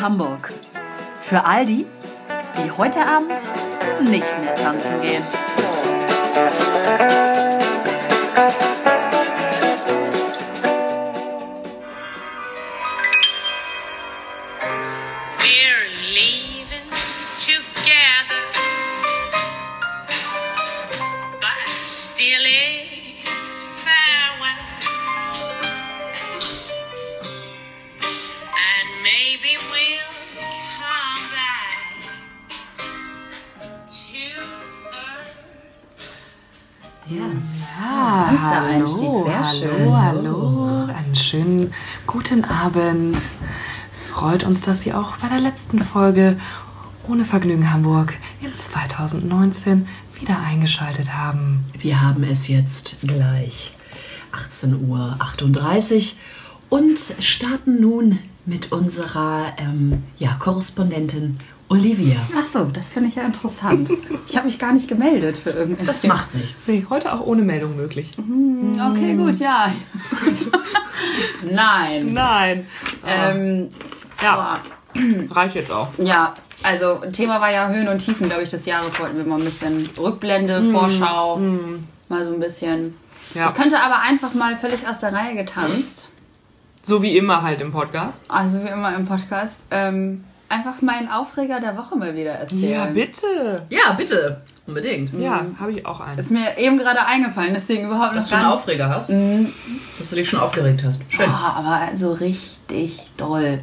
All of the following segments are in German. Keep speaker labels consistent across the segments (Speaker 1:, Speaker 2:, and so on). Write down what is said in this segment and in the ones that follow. Speaker 1: Hamburg. Für all die, die heute Abend nicht mehr tanzen gehen.
Speaker 2: We're leaving together, but still it's farewell. And maybe we'll come back to earth.
Speaker 3: Ah,
Speaker 4: Einstieg,
Speaker 3: hallo,
Speaker 4: sehr
Speaker 3: hallo,
Speaker 4: schön.
Speaker 3: hallo, einen schönen guten Abend. Es freut uns, dass Sie auch bei der letzten Folge ohne Vergnügen Hamburg in 2019 wieder eingeschaltet haben.
Speaker 4: Wir haben es jetzt gleich 18.38 Uhr und starten nun mit unserer ähm, ja, Korrespondentin Olivia.
Speaker 5: Ach so, das finde ich ja interessant. Ich habe mich gar nicht gemeldet für irgendetwas.
Speaker 4: Das macht nichts.
Speaker 3: Nee, heute auch ohne Meldung möglich.
Speaker 5: Okay, gut, ja. Nein.
Speaker 3: Nein.
Speaker 5: Ähm,
Speaker 3: Ja, reicht jetzt auch.
Speaker 5: ja, also Thema war ja Höhen und Tiefen, glaube ich, des Jahres. Wollten wir mal ein bisschen Rückblende, Vorschau, mal so ein bisschen.
Speaker 3: Ja.
Speaker 5: Ich könnte aber einfach mal völlig aus der Reihe getanzt,
Speaker 3: So wie immer halt im Podcast.
Speaker 5: also wie immer im Podcast, ähm, einfach meinen Aufreger der Woche mal wieder erzählen.
Speaker 3: Ja, Mhm. bitte.
Speaker 4: Ja, bitte. Unbedingt.
Speaker 3: Ja, habe ich auch einen.
Speaker 5: Ist mir eben gerade eingefallen, deswegen überhaupt
Speaker 4: Dass du
Speaker 5: noch
Speaker 4: einen
Speaker 5: gar nicht.
Speaker 4: Aufreger hast. Dass du dich schon aufgeregt hast. Schön.
Speaker 5: Ah, aber so richtig doll.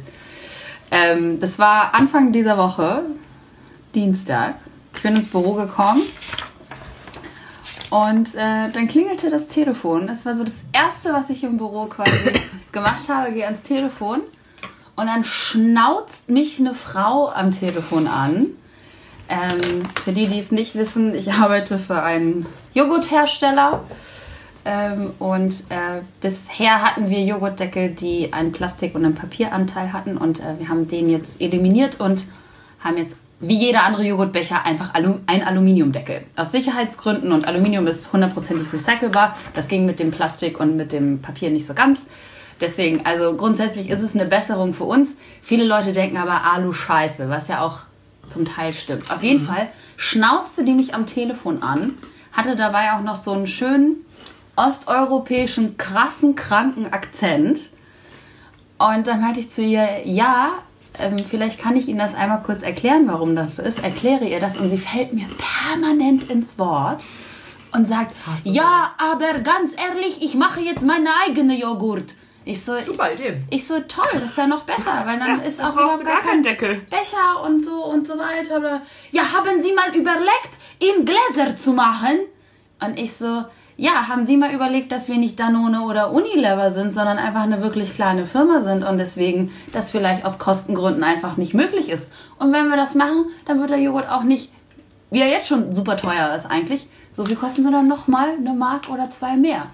Speaker 5: Ähm, das war Anfang dieser Woche, Dienstag. Ich bin ins Büro gekommen und äh, dann klingelte das Telefon. Das war so das Erste, was ich im Büro quasi gemacht habe. Gehe ans Telefon und dann schnauzt mich eine Frau am Telefon an. Ähm, für die, die es nicht wissen, ich arbeite für einen Joghurthersteller. Ähm, und äh, bisher hatten wir Joghurtdeckel, die einen Plastik- und einen Papieranteil hatten. Und äh, wir haben den jetzt eliminiert und haben jetzt wie jeder andere Joghurtbecher einfach Alu einen Aluminiumdeckel. Aus Sicherheitsgründen und Aluminium ist hundertprozentig recycelbar. Das ging mit dem Plastik und mit dem Papier nicht so ganz. Deswegen, also grundsätzlich ist es eine Besserung für uns. Viele Leute denken aber Alu scheiße, was ja auch zum Teil stimmt. Auf jeden Fall schnauzte die mich am Telefon an, hatte dabei auch noch so einen schönen osteuropäischen, krassen, kranken Akzent. Und dann meinte ich zu ihr, ja, ähm, vielleicht kann ich Ihnen das einmal kurz erklären, warum das so ist. Erkläre ihr das und sie fällt mir permanent ins Wort und sagt, ja, aber ganz ehrlich, ich mache jetzt meine eigene Joghurt. Ich so,
Speaker 4: Super Idee.
Speaker 5: ich so, toll, das ist ja noch besser, weil dann ist auch überhaupt gar, kein Deckel. Becher und so und so weiter. bla. Ja, haben Sie mal überlegt, in Gläser zu machen? Und ich so, ja, haben Sie mal überlegt, dass wir nicht Danone oder Unilever sind, sondern einfach eine wirklich kleine Firma sind und deswegen das vielleicht aus Kostengründen einfach nicht möglich ist. Und wenn wir das machen, dann wird der Joghurt auch nicht, wie er jetzt schon super teuer ist eigentlich, so viel kosten, sondern nochmal eine Mark oder zwei mehr.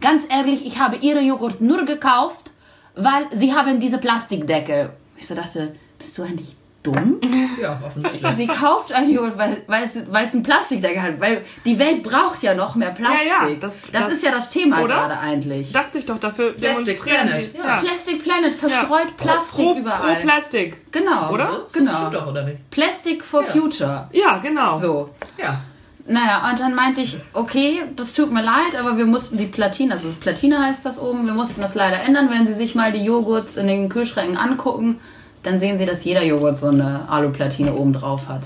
Speaker 5: Ganz ehrlich, ich habe ihre Joghurt nur gekauft, weil sie haben diese Plastikdecke. Ich so dachte, bist du eigentlich dumm?
Speaker 4: Ja, offensichtlich.
Speaker 5: Sie kauft einen Joghurt, weil, weil, es, weil es einen Plastikdecke hat. Weil die Welt braucht ja noch mehr Plastik.
Speaker 3: Ja, ja, das- das-
Speaker 5: ist ja das Thema
Speaker 3: oder?
Speaker 5: gerade eigentlich.
Speaker 3: Dachte ich doch, dafür
Speaker 4: Plastic
Speaker 3: demonstrieren
Speaker 4: Planet,
Speaker 3: die-
Speaker 4: ja.
Speaker 5: Plastic Planet verstreut
Speaker 3: Pro-
Speaker 5: Plastik
Speaker 3: pro,
Speaker 5: überall.
Speaker 3: Pro Plastik.
Speaker 5: genau.
Speaker 3: Oder?
Speaker 4: So? Das
Speaker 5: Genau.
Speaker 4: stimmt doch, oder nicht?
Speaker 5: Plastic for
Speaker 4: Ja.
Speaker 5: Future.
Speaker 3: Ja, genau.
Speaker 5: So.
Speaker 4: Ja.
Speaker 5: Naja, und dann meinte ich, okay, das tut mir leid, aber wir mussten die Platine, also Platine heißt das oben, wir mussten das leider ändern. Wenn Sie sich mal die Joghurts in den Kühlschränken angucken, dann sehen Sie, dass jeder Joghurt so eine Aluplatine oben drauf hat.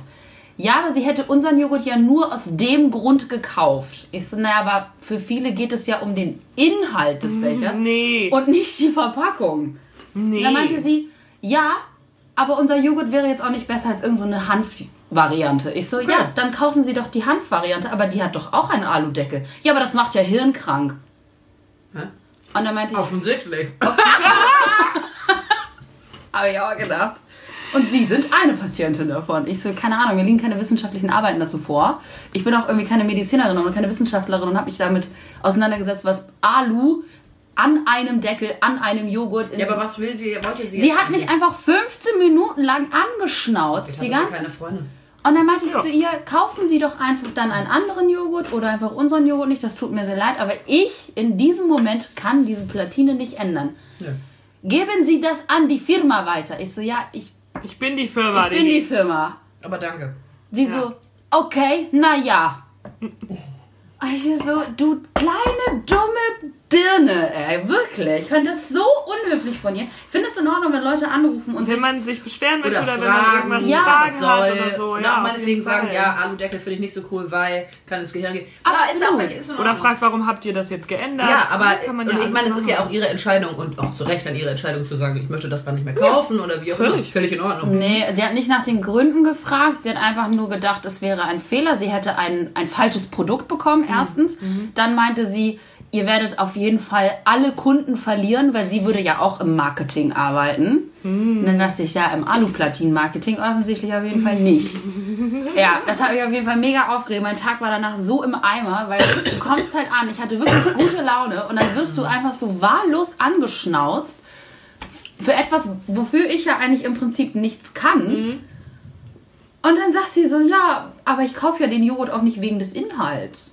Speaker 5: Ja, aber sie hätte unseren Joghurt ja nur aus dem Grund gekauft. Ich so, naja, aber für viele geht es ja um den Inhalt des Bechers
Speaker 3: Nee.
Speaker 5: und nicht die Verpackung.
Speaker 3: nee.
Speaker 5: Da meinte sie, ja, aber unser Joghurt wäre jetzt auch nicht besser als irgendeine so eine Hanfvariante. Ich so, ja, dann kaufen Sie doch die Hanfvariante, aber die hat doch auch einen Aludeckel. Ja, aber das macht ja hirnkrank.
Speaker 4: Hä?
Speaker 5: Und dann meinte ich,
Speaker 4: Offensichtlich.
Speaker 5: habe ich auch gedacht. Und Sie sind eine Patientin davon. Ich so, keine Ahnung, mir liegen keine wissenschaftlichen Arbeiten dazu vor. Ich bin auch irgendwie keine Medizinerin und keine Wissenschaftlerin und habe mich damit auseinandergesetzt, was Alu an einem Deckel, an einem Joghurt in
Speaker 4: Ja, aber was will sie? Wollte sie
Speaker 5: Sie
Speaker 4: jetzt
Speaker 5: hat mich
Speaker 4: eigentlich?
Speaker 5: einfach 15 Minuten lang angeschnauzt,
Speaker 4: Jetzt hat
Speaker 5: die
Speaker 4: sie
Speaker 5: ganze
Speaker 4: keine Freunde.
Speaker 5: Und dann meinte ich zu ihr, kaufen Sie doch einfach dann einen anderen Joghurt oder einfach unseren Joghurt nicht, das tut mir sehr leid, aber ich in diesem Moment kann diese Platine nicht ändern.
Speaker 4: Ja.
Speaker 5: Geben Sie das an die Firma weiter. Ich so, ja, ich
Speaker 6: Ich bin die Firma.
Speaker 5: Ich bin die Firma.
Speaker 7: Aber danke.
Speaker 5: Die so, okay, naja. Ich so, du kleine dumme Dirne, ey, wirklich. Ich fand das so unhöflich von ihr. Ich finde es in Ordnung, wenn Leute anrufen und
Speaker 6: wenn
Speaker 5: sich,
Speaker 6: man sich beschweren möchte
Speaker 7: Oder
Speaker 6: oder, wenn man
Speaker 7: fragen,
Speaker 6: irgendwas
Speaker 5: Ja.
Speaker 6: fragen
Speaker 7: was das soll.
Speaker 6: hat halt oder so.
Speaker 7: Und
Speaker 6: ja,
Speaker 7: auch
Speaker 6: auf
Speaker 7: meinetwegen
Speaker 6: jeden
Speaker 7: sagen,
Speaker 6: Fall.
Speaker 7: ja, Aludeckel finde ich nicht so cool, weil kann ins Gehirn gehen.
Speaker 5: Absolut.
Speaker 7: ist in
Speaker 6: Oder
Speaker 7: Ordnung.
Speaker 6: fragt, warum habt ihr das jetzt geändert?
Speaker 7: ah. Ja, aber
Speaker 6: kann man
Speaker 7: und
Speaker 6: ja
Speaker 7: ich meine, es
Speaker 6: alles
Speaker 7: ist ja
Speaker 6: machen.
Speaker 7: auch ihre Entscheidung und auch zu Recht dann ihre Entscheidung zu sagen, ich möchte das dann nicht mehr kaufen oder wie auch immer.
Speaker 6: Völlig.
Speaker 7: Völlig in Ordnung.
Speaker 5: Nee, sie hat nicht nach den Gründen gefragt. Sie hat einfach nur gedacht, es wäre ein Fehler. Sie hätte ein, ein falsches Produkt bekommen, erstens. Dann meinte sie, ihr werdet auf jeden Fall alle Kunden verlieren, weil sie würde ja auch im Marketing arbeiten. Und dann dachte ich, ja, im Aluplatin-Marketing offensichtlich auf jeden Fall nicht. Ja, das hat mich auf jeden Fall mega aufgeregt. Mein Tag war danach so im Eimer, weil du kommst halt an. Ich hatte wirklich gute Laune und dann wirst du einfach so wahllos angeschnauzt für etwas, wofür ich ja eigentlich im Prinzip nichts kann. Und dann sagt sie so, ja, aber ich kaufe ja den Joghurt auch nicht wegen des Inhalts,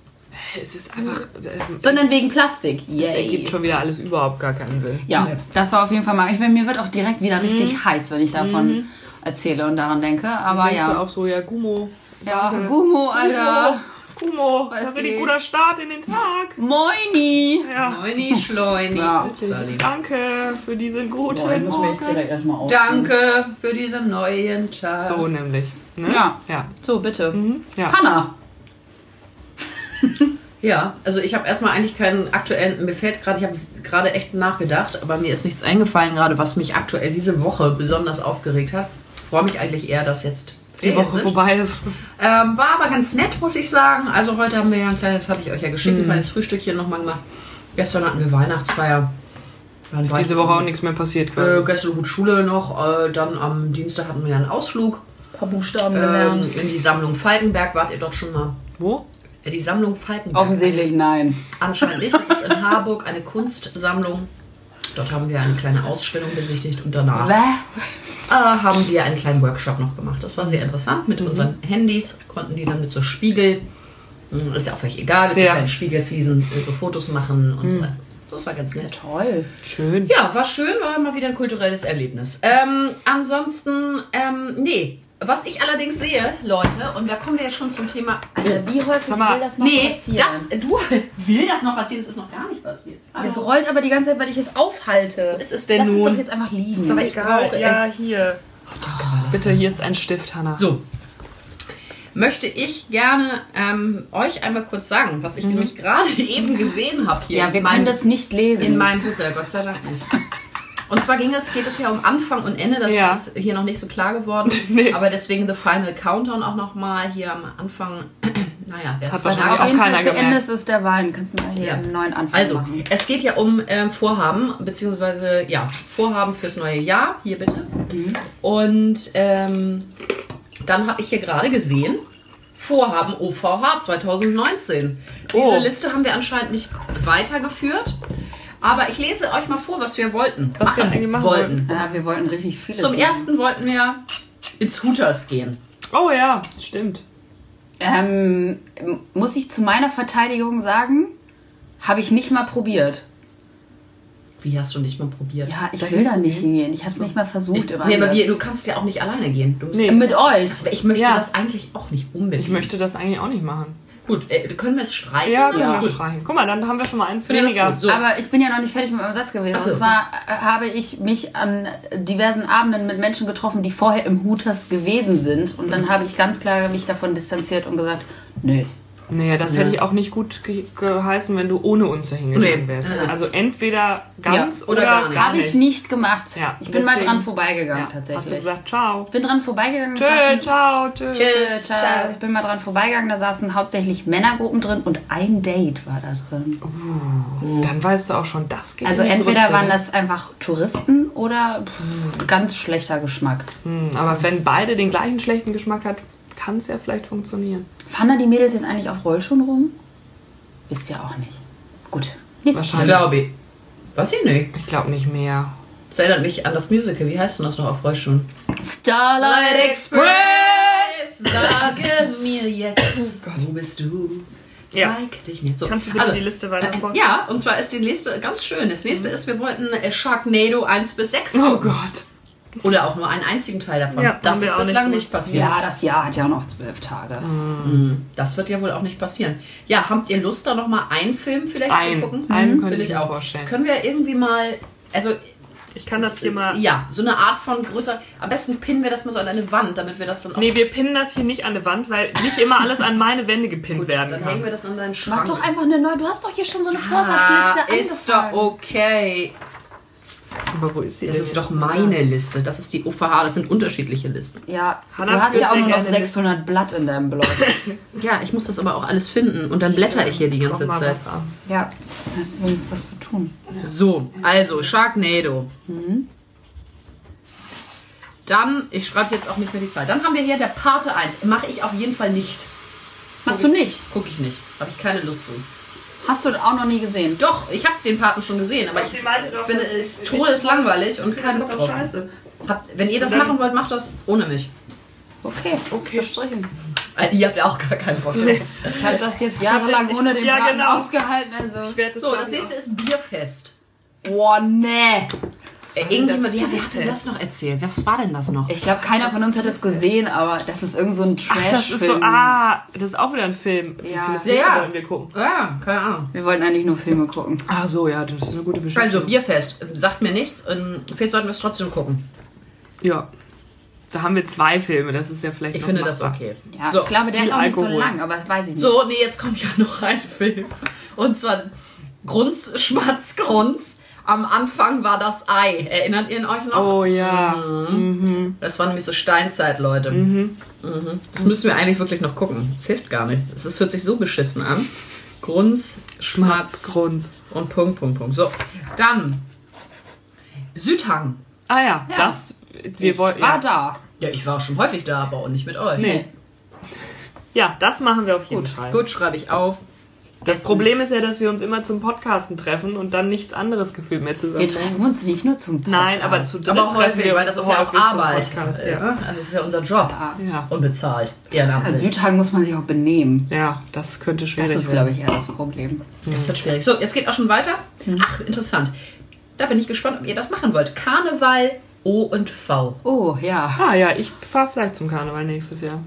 Speaker 6: Es ist einfach.
Speaker 7: äh,
Speaker 6: ähm,
Speaker 5: sondern wegen Plastik.
Speaker 6: Es
Speaker 5: Yay.
Speaker 6: ergibt schon wieder alles überhaupt gar keinen Sinn.
Speaker 5: Ja,
Speaker 7: Nee.
Speaker 5: das war auf jeden Fall mal. Ich meine, mir wird auch direkt wieder richtig heiß, wenn ich davon erzähle und daran denke.
Speaker 7: Ah,
Speaker 5: Aber
Speaker 6: Denkst du
Speaker 5: ja.
Speaker 6: auch so, ja, Gummo.
Speaker 5: Ja, Gumo, Alter.
Speaker 6: Gummo,
Speaker 5: Was
Speaker 6: das wird ein
Speaker 5: geht?
Speaker 6: guter Start in den Tag.
Speaker 5: Moini.
Speaker 6: Ja,
Speaker 7: Neuni Schleuni.
Speaker 5: Ja.
Speaker 7: Ups, Ali.
Speaker 6: danke für diesen guten
Speaker 5: Boah, ich muss mich
Speaker 6: Morgen.
Speaker 5: direkt erstmal auf.
Speaker 7: Danke für diesen neuen Tag.
Speaker 6: So nämlich. Ne?
Speaker 5: Ja.
Speaker 6: Ja. Hm?
Speaker 5: So, bitte.
Speaker 6: ja.
Speaker 5: Hanna.
Speaker 7: Ja, also ich habe erstmal eigentlich keinen aktuellen, mir fällt gerade, ich habe gerade echt nachgedacht, aber mir ist nichts eingefallen gerade, was mich aktuell diese Woche besonders aufgeregt hat. Freue mich eigentlich eher, dass jetzt
Speaker 6: Die
Speaker 7: Ferien
Speaker 6: Woche
Speaker 7: sind.
Speaker 6: vorbei ist.
Speaker 7: Ähm, war aber ganz nett, muss ich sagen. Also heute haben wir ja ein kleines, hatte ich euch ja geschickt,
Speaker 6: Mhm.
Speaker 7: ein kleines Frühstückchen nochmal gemacht. Gestern hatten wir Weihnachtsfeier. Dann
Speaker 6: Ist
Speaker 7: war
Speaker 6: diese
Speaker 7: ich-
Speaker 6: Woche auch nichts mehr passiert
Speaker 7: Äh,
Speaker 6: quasi.
Speaker 7: gestern gut Schule noch, äh, dann am Dienstag hatten wir einen Ausflug
Speaker 5: Paar Buchstaben
Speaker 7: ähm,
Speaker 6: Genau.
Speaker 5: gelernt.
Speaker 7: in die Sammlung Falkenberg. Wart ihr dort schon mal?
Speaker 6: Wo?
Speaker 7: Äh, Die Sammlung Falkenberg.
Speaker 5: Offensichtlich nein.
Speaker 7: Anscheinend nicht. Das ist in Harburg eine Kunstsammlung. Dort haben wir eine kleine Ausstellung besichtigt und danach äh, haben wir einen kleinen Workshop noch gemacht. Das war sehr interessant. Mit unseren Handys konnten die dann mit so Spiegel, mh, ist ja Mhm. auch völlig egal, mit so
Speaker 6: Ja.
Speaker 7: kleinen Spiegelfliesen äh, so Fotos machen und so weiter. Das war ganz nett.
Speaker 5: Toll.
Speaker 6: Schön.
Speaker 7: Ja, war schön, war mal wieder ein kulturelles Erlebnis. Ähm, ansonsten, ähm, nee. Was ich allerdings sehe, Leute, und da kommen wir ja schon zum Thema.
Speaker 5: Alter, Also, wie häufig
Speaker 6: Sag mal,
Speaker 5: will das noch
Speaker 7: Nee,
Speaker 5: passieren?
Speaker 7: das, du will das noch passieren, das ist noch gar nicht passiert.
Speaker 5: Das rollt aber die ganze Zeit, weil ich es aufhalte.
Speaker 7: Ah. ist es denn
Speaker 5: Lass es
Speaker 7: nun? Hm.
Speaker 5: doch jetzt einfach liegen.
Speaker 7: Aber ich brauche
Speaker 6: ja,
Speaker 7: es.
Speaker 6: hier. Bitte, hier ist ein Stift, Hanna.
Speaker 7: So. Möchte ich gerne ähm, euch einmal kurz sagen, was ich nämlich gerade eben gesehen habe hier.
Speaker 5: ja, wir
Speaker 7: in meinem-
Speaker 5: können das nicht lesen.
Speaker 7: in meinem Buch, ja, Gott sei Dank nicht. Und zwar ging es, geht es ja um Anfang und Ende, das
Speaker 6: Ja.
Speaker 7: ist hier noch nicht so klar geworden.
Speaker 6: Nee.
Speaker 7: Aber deswegen The Final Countdown auch nochmal hier am Anfang. Naja, wer es
Speaker 6: was
Speaker 7: sagt,
Speaker 5: auf
Speaker 6: Hat
Speaker 5: jeden
Speaker 6: keiner
Speaker 5: Fall zu
Speaker 6: gemerkt.
Speaker 5: Ende ist es der Wein. Kannst du mal hier
Speaker 7: Ja.
Speaker 5: einen neuen Anfang
Speaker 7: Also,
Speaker 5: machen.
Speaker 7: es geht ja um ähm, Vorhaben, beziehungsweise ja, Vorhaben fürs neue Jahr. Hier bitte.
Speaker 6: Mhm.
Speaker 7: Und ähm, dann habe ich hier gerade gesehen, Vorhaben OVH 2019. Diese
Speaker 6: Oh.
Speaker 7: Liste haben wir anscheinend nicht weitergeführt. Aber ich lese euch mal vor, was wir wollten.
Speaker 6: Was wir eigentlich machen
Speaker 5: Ja, wir wollten richtig viel.
Speaker 7: Zum ersten wollten wir ins Hooters gehen.
Speaker 6: Oh ja, stimmt.
Speaker 5: Ähm, muss ich zu meiner Verteidigung sagen, habe ich nicht mal probiert.
Speaker 7: Wie hast du nicht mal probiert?
Speaker 5: Ja, ich will da nicht hingehen. Ich habe es nicht mal versucht. im
Speaker 7: nee, aber
Speaker 5: Ansatz.
Speaker 7: wir, du kannst ja auch nicht alleine gehen. Du musst
Speaker 6: Nee.
Speaker 5: Mit euch.
Speaker 7: Aber ich möchte
Speaker 6: Ja.
Speaker 7: das eigentlich auch nicht unbedingt.
Speaker 6: Ich möchte das eigentlich auch nicht machen.
Speaker 7: Gut, äh, können wir es streichen?
Speaker 6: Ja, können
Speaker 7: Gut.
Speaker 6: wir streichen. Guck mal, dann haben wir schon mal eins
Speaker 7: genau. Finde das
Speaker 6: weniger.
Speaker 7: gut. So.
Speaker 5: Aber ich bin ja noch nicht fertig mit meinem Satz gewesen.
Speaker 7: Ach so.
Speaker 5: Und zwar äh, habe ich mich an diversen Abenden mit Menschen getroffen, die vorher im Hooters gewesen sind. Und
Speaker 6: Mhm.
Speaker 5: dann habe ich ganz klar mich davon distanziert und gesagt, nee.
Speaker 6: Nee, das hätte ich auch nicht gut ge geheißen, wenn du ohne uns dahin gegangen
Speaker 7: Nee.
Speaker 6: wärst.
Speaker 7: Mhm.
Speaker 6: Also entweder ganz
Speaker 7: Ja,
Speaker 6: oder,
Speaker 7: oder gar nicht.
Speaker 6: gar
Speaker 5: Habe ich
Speaker 6: nicht.
Speaker 5: nicht gemacht.
Speaker 6: Ja,
Speaker 5: ich bin mal
Speaker 6: deswegen-
Speaker 5: dran
Speaker 6: Ja,
Speaker 5: vorbeigegangen
Speaker 6: Hast du
Speaker 5: tatsächlich.
Speaker 6: gesagt, ciao.
Speaker 5: Ich bin dran vorbeigegangen.
Speaker 6: Tschö,
Speaker 5: da saßen-
Speaker 6: ciao, tschö.
Speaker 5: Tschö, ciao. Ich bin mal dran vorbeigegangen, da saßen hauptsächlich Männergruppen drin und ein Date war da drin.
Speaker 6: Dann weißt du auch schon, das geht
Speaker 5: Also
Speaker 6: in die
Speaker 5: entweder
Speaker 6: Grütze.
Speaker 5: waren das einfach Touristen oder pff, ganz schlechter Geschmack.
Speaker 6: Hm, Aber wenn beide den gleichen schlechten Geschmack hat, kann es ja vielleicht funktionieren.
Speaker 5: Fahren da die Mädels jetzt eigentlich auf Rollschuhen rum? Wisst ihr auch nicht. Gut. Nächstes
Speaker 6: Wahrscheinlich.
Speaker 5: Thema.
Speaker 7: Glaube ich. Weiß ich nicht.
Speaker 6: Ich glaube nicht mehr.
Speaker 7: Das erinnert mich an das Musical. Wie heißt denn das noch auf Rollstuhl?
Speaker 5: Starlight
Speaker 7: Express! Sage mir jetzt, wo bist du?
Speaker 6: Ja.
Speaker 7: Zeig dich mir. So. also, äh,
Speaker 6: Kannst du bitte die Liste weiter vor- Mhm.
Speaker 7: Ja, und zwar ist die nächste ganz schön. Das nächste ist, wir wollten äh, Sharknado 1 äh, bis 6.
Speaker 6: Oh Gott.
Speaker 7: Oder auch nur einen einzigen Teil davon.
Speaker 6: Ja,
Speaker 7: das
Speaker 6: haben wir
Speaker 7: ist
Speaker 6: auch nicht
Speaker 7: bislang
Speaker 6: gut.
Speaker 7: nicht passiert.
Speaker 5: Ja, das Jahr hat ja noch zwölf Tage.
Speaker 6: Mhm.
Speaker 7: Das wird ja wohl auch nicht passieren. Ja, habt ihr Lust, da nochmal einen Film vielleicht
Speaker 3: Einen.
Speaker 7: zu gucken? Mhm.
Speaker 3: Einen könnte
Speaker 7: Finde
Speaker 3: ich mir vorstellen.
Speaker 7: Können wir irgendwie mal, also
Speaker 6: Ich kann das hier mal.
Speaker 7: ja, so eine Art von größer. Am besten pinnen wir das mal so an eine Wand, damit wir das dann auch.
Speaker 6: Nee, wir pinnen das hier nicht an eine Wand, weil nicht immer alles an meine Wände gepinnt werden
Speaker 7: dann hängen
Speaker 6: kann.
Speaker 7: wir das an deinen
Speaker 5: Mach
Speaker 7: Schrank.
Speaker 5: doch einfach eine neue. Du hast doch hier schon so eine
Speaker 7: ah,
Speaker 5: Vorsatzliste
Speaker 7: ist doch
Speaker 5: angefangen.
Speaker 7: okay.
Speaker 6: Aber wo ist sie
Speaker 7: Das
Speaker 6: denn?
Speaker 7: ist doch meine Liste. Das ist die OVH. Das sind unterschiedliche Listen.
Speaker 5: Ja,
Speaker 6: Hannah
Speaker 5: du hast ja auch
Speaker 6: führt
Speaker 5: nur noch
Speaker 6: sehr gerne
Speaker 5: 600 Blatt in deinem Blog.
Speaker 7: Ja, ich muss das aber auch alles finden. Und dann blätter ich hier die
Speaker 6: Mach
Speaker 7: ganze
Speaker 6: mal
Speaker 7: Zeit.
Speaker 6: was ab.
Speaker 5: ja, hast du wenigstens was zu tun.
Speaker 7: So, also Sharknado. Dann, ich schreibe jetzt auch nicht mehr die Zeit. Dann haben wir hier der Parte 1. Mache ich auf jeden Fall nicht.
Speaker 5: Machst du nicht?
Speaker 7: Gucke ich nicht. Habe ich keine Lust zu.
Speaker 5: Hast du auch noch nie gesehen?
Speaker 7: Doch, ich habe den Paten schon gesehen, aber ich
Speaker 6: sie meinte doch,
Speaker 7: finde
Speaker 6: dass
Speaker 7: es
Speaker 6: sie-
Speaker 7: todeslangweilig und
Speaker 6: Ich finde
Speaker 7: kein
Speaker 6: das
Speaker 7: Bock
Speaker 6: doch
Speaker 7: drauf.
Speaker 6: scheiße.
Speaker 7: Habt, wenn ihr das
Speaker 6: Dann-
Speaker 7: machen wollt, macht das ohne mich.
Speaker 5: Okay, okay.
Speaker 6: Okay.
Speaker 5: Gestrichen.
Speaker 7: Äh, ihr habt ja auch gar keinen Bock drauf.
Speaker 5: Ich habe das jetzt jahrelang ohne den
Speaker 6: Ja,
Speaker 5: Braten
Speaker 6: genau.
Speaker 5: ausgehalten. Also.
Speaker 6: Ich werde
Speaker 7: So, das
Speaker 6: quasi
Speaker 7: nächste ist Bierfest.
Speaker 5: Boah, nee.
Speaker 7: Äh, irgendjemand, ja, wer hat denn das noch erzählt? Was war denn das noch?
Speaker 5: Ich glaube, keiner von uns hat es gesehen, aber das ist irgend so ein
Speaker 6: auch-
Speaker 5: trash
Speaker 6: Ach, das ist so. Ah, das ist auch wieder ein Film. Wie
Speaker 5: Ja.
Speaker 6: viele Filme
Speaker 7: Ja.
Speaker 6: wollen wir gucken?
Speaker 7: Ja, keine Ahnung.
Speaker 5: Wir wollten eigentlich nur Filme gucken.
Speaker 3: Ach so, ja, das ist eine gute Beschreibung.
Speaker 7: Also, Bierfest. Ähm, Sagt mir nichts. Ähm, Vielleicht sollten wir es trotzdem gucken.
Speaker 3: Ja. Da haben wir zwei Filme, das ist ja vielleicht
Speaker 7: Ich
Speaker 3: noch
Speaker 7: finde
Speaker 3: machbar.
Speaker 7: das okay.
Speaker 5: Ja,
Speaker 7: so,
Speaker 5: ich glaube, der
Speaker 6: viel
Speaker 5: ist auch nicht so
Speaker 6: Alkohol.
Speaker 5: lang, aber weiß ich nicht.
Speaker 7: so, nee, jetzt kommt ja noch ein Film. Und zwar Grunz, Schmatz, Grunz. Am Anfang war das Ei. Erinnert ihr euch noch?
Speaker 3: Oh
Speaker 7: Mhm.
Speaker 3: ja.
Speaker 7: Das war nämlich so Steinzeit, Leute. Mhm. Das müssen wir eigentlich wirklich noch gucken. Es hilft gar nichts. Es ist- hört sich so beschissen an. Grunz, Schmatz
Speaker 3: Grunz.
Speaker 7: und Punkt, Punkt, Punkt. So, dann Südhang.
Speaker 3: Ah ja,
Speaker 5: Ja.
Speaker 3: das. Wir
Speaker 5: war
Speaker 3: wollten. Ja.
Speaker 5: da.
Speaker 7: Ja, ich war schon häufig da, aber auch nicht mit euch.
Speaker 5: Nee.
Speaker 6: Ja, das machen wir auf jeden Fall.
Speaker 7: Gut, schreibe ich auf.
Speaker 6: Das Problem ist ja, dass wir uns immer zum Podcasten treffen und dann nichts anderes gefühlt mehr zusammen.
Speaker 5: Wir treffen uns nicht nur zum Podcast.
Speaker 6: Nein, aber zu dritt
Speaker 7: Aber auch
Speaker 6: treffen
Speaker 7: häufig,
Speaker 6: wir
Speaker 7: weil
Speaker 6: uns
Speaker 7: das ist ja auch
Speaker 6: häufig zum
Speaker 7: Arbeit.
Speaker 6: Podcast,
Speaker 7: Äh,
Speaker 6: ja.
Speaker 7: Also es ist ja unser Job.
Speaker 3: Ja.
Speaker 7: Unbezahlt.
Speaker 5: An
Speaker 7: Ehrenamtlich.
Speaker 5: Südhang muss man sich auch benehmen.
Speaker 3: ja, das könnte
Speaker 5: Das
Speaker 3: schwierig
Speaker 5: ist,
Speaker 3: werden.
Speaker 5: glaube ich, eher das Problem.
Speaker 7: Das wird schwierig. So, jetzt geht auch schon weiter. Ach, interessant. Da bin ich gespannt, ob ihr das machen wollt. Karneval O und V.
Speaker 5: Oh, ja.
Speaker 6: Ah ja, ich fahre vielleicht zum Karneval nächstes Jahr.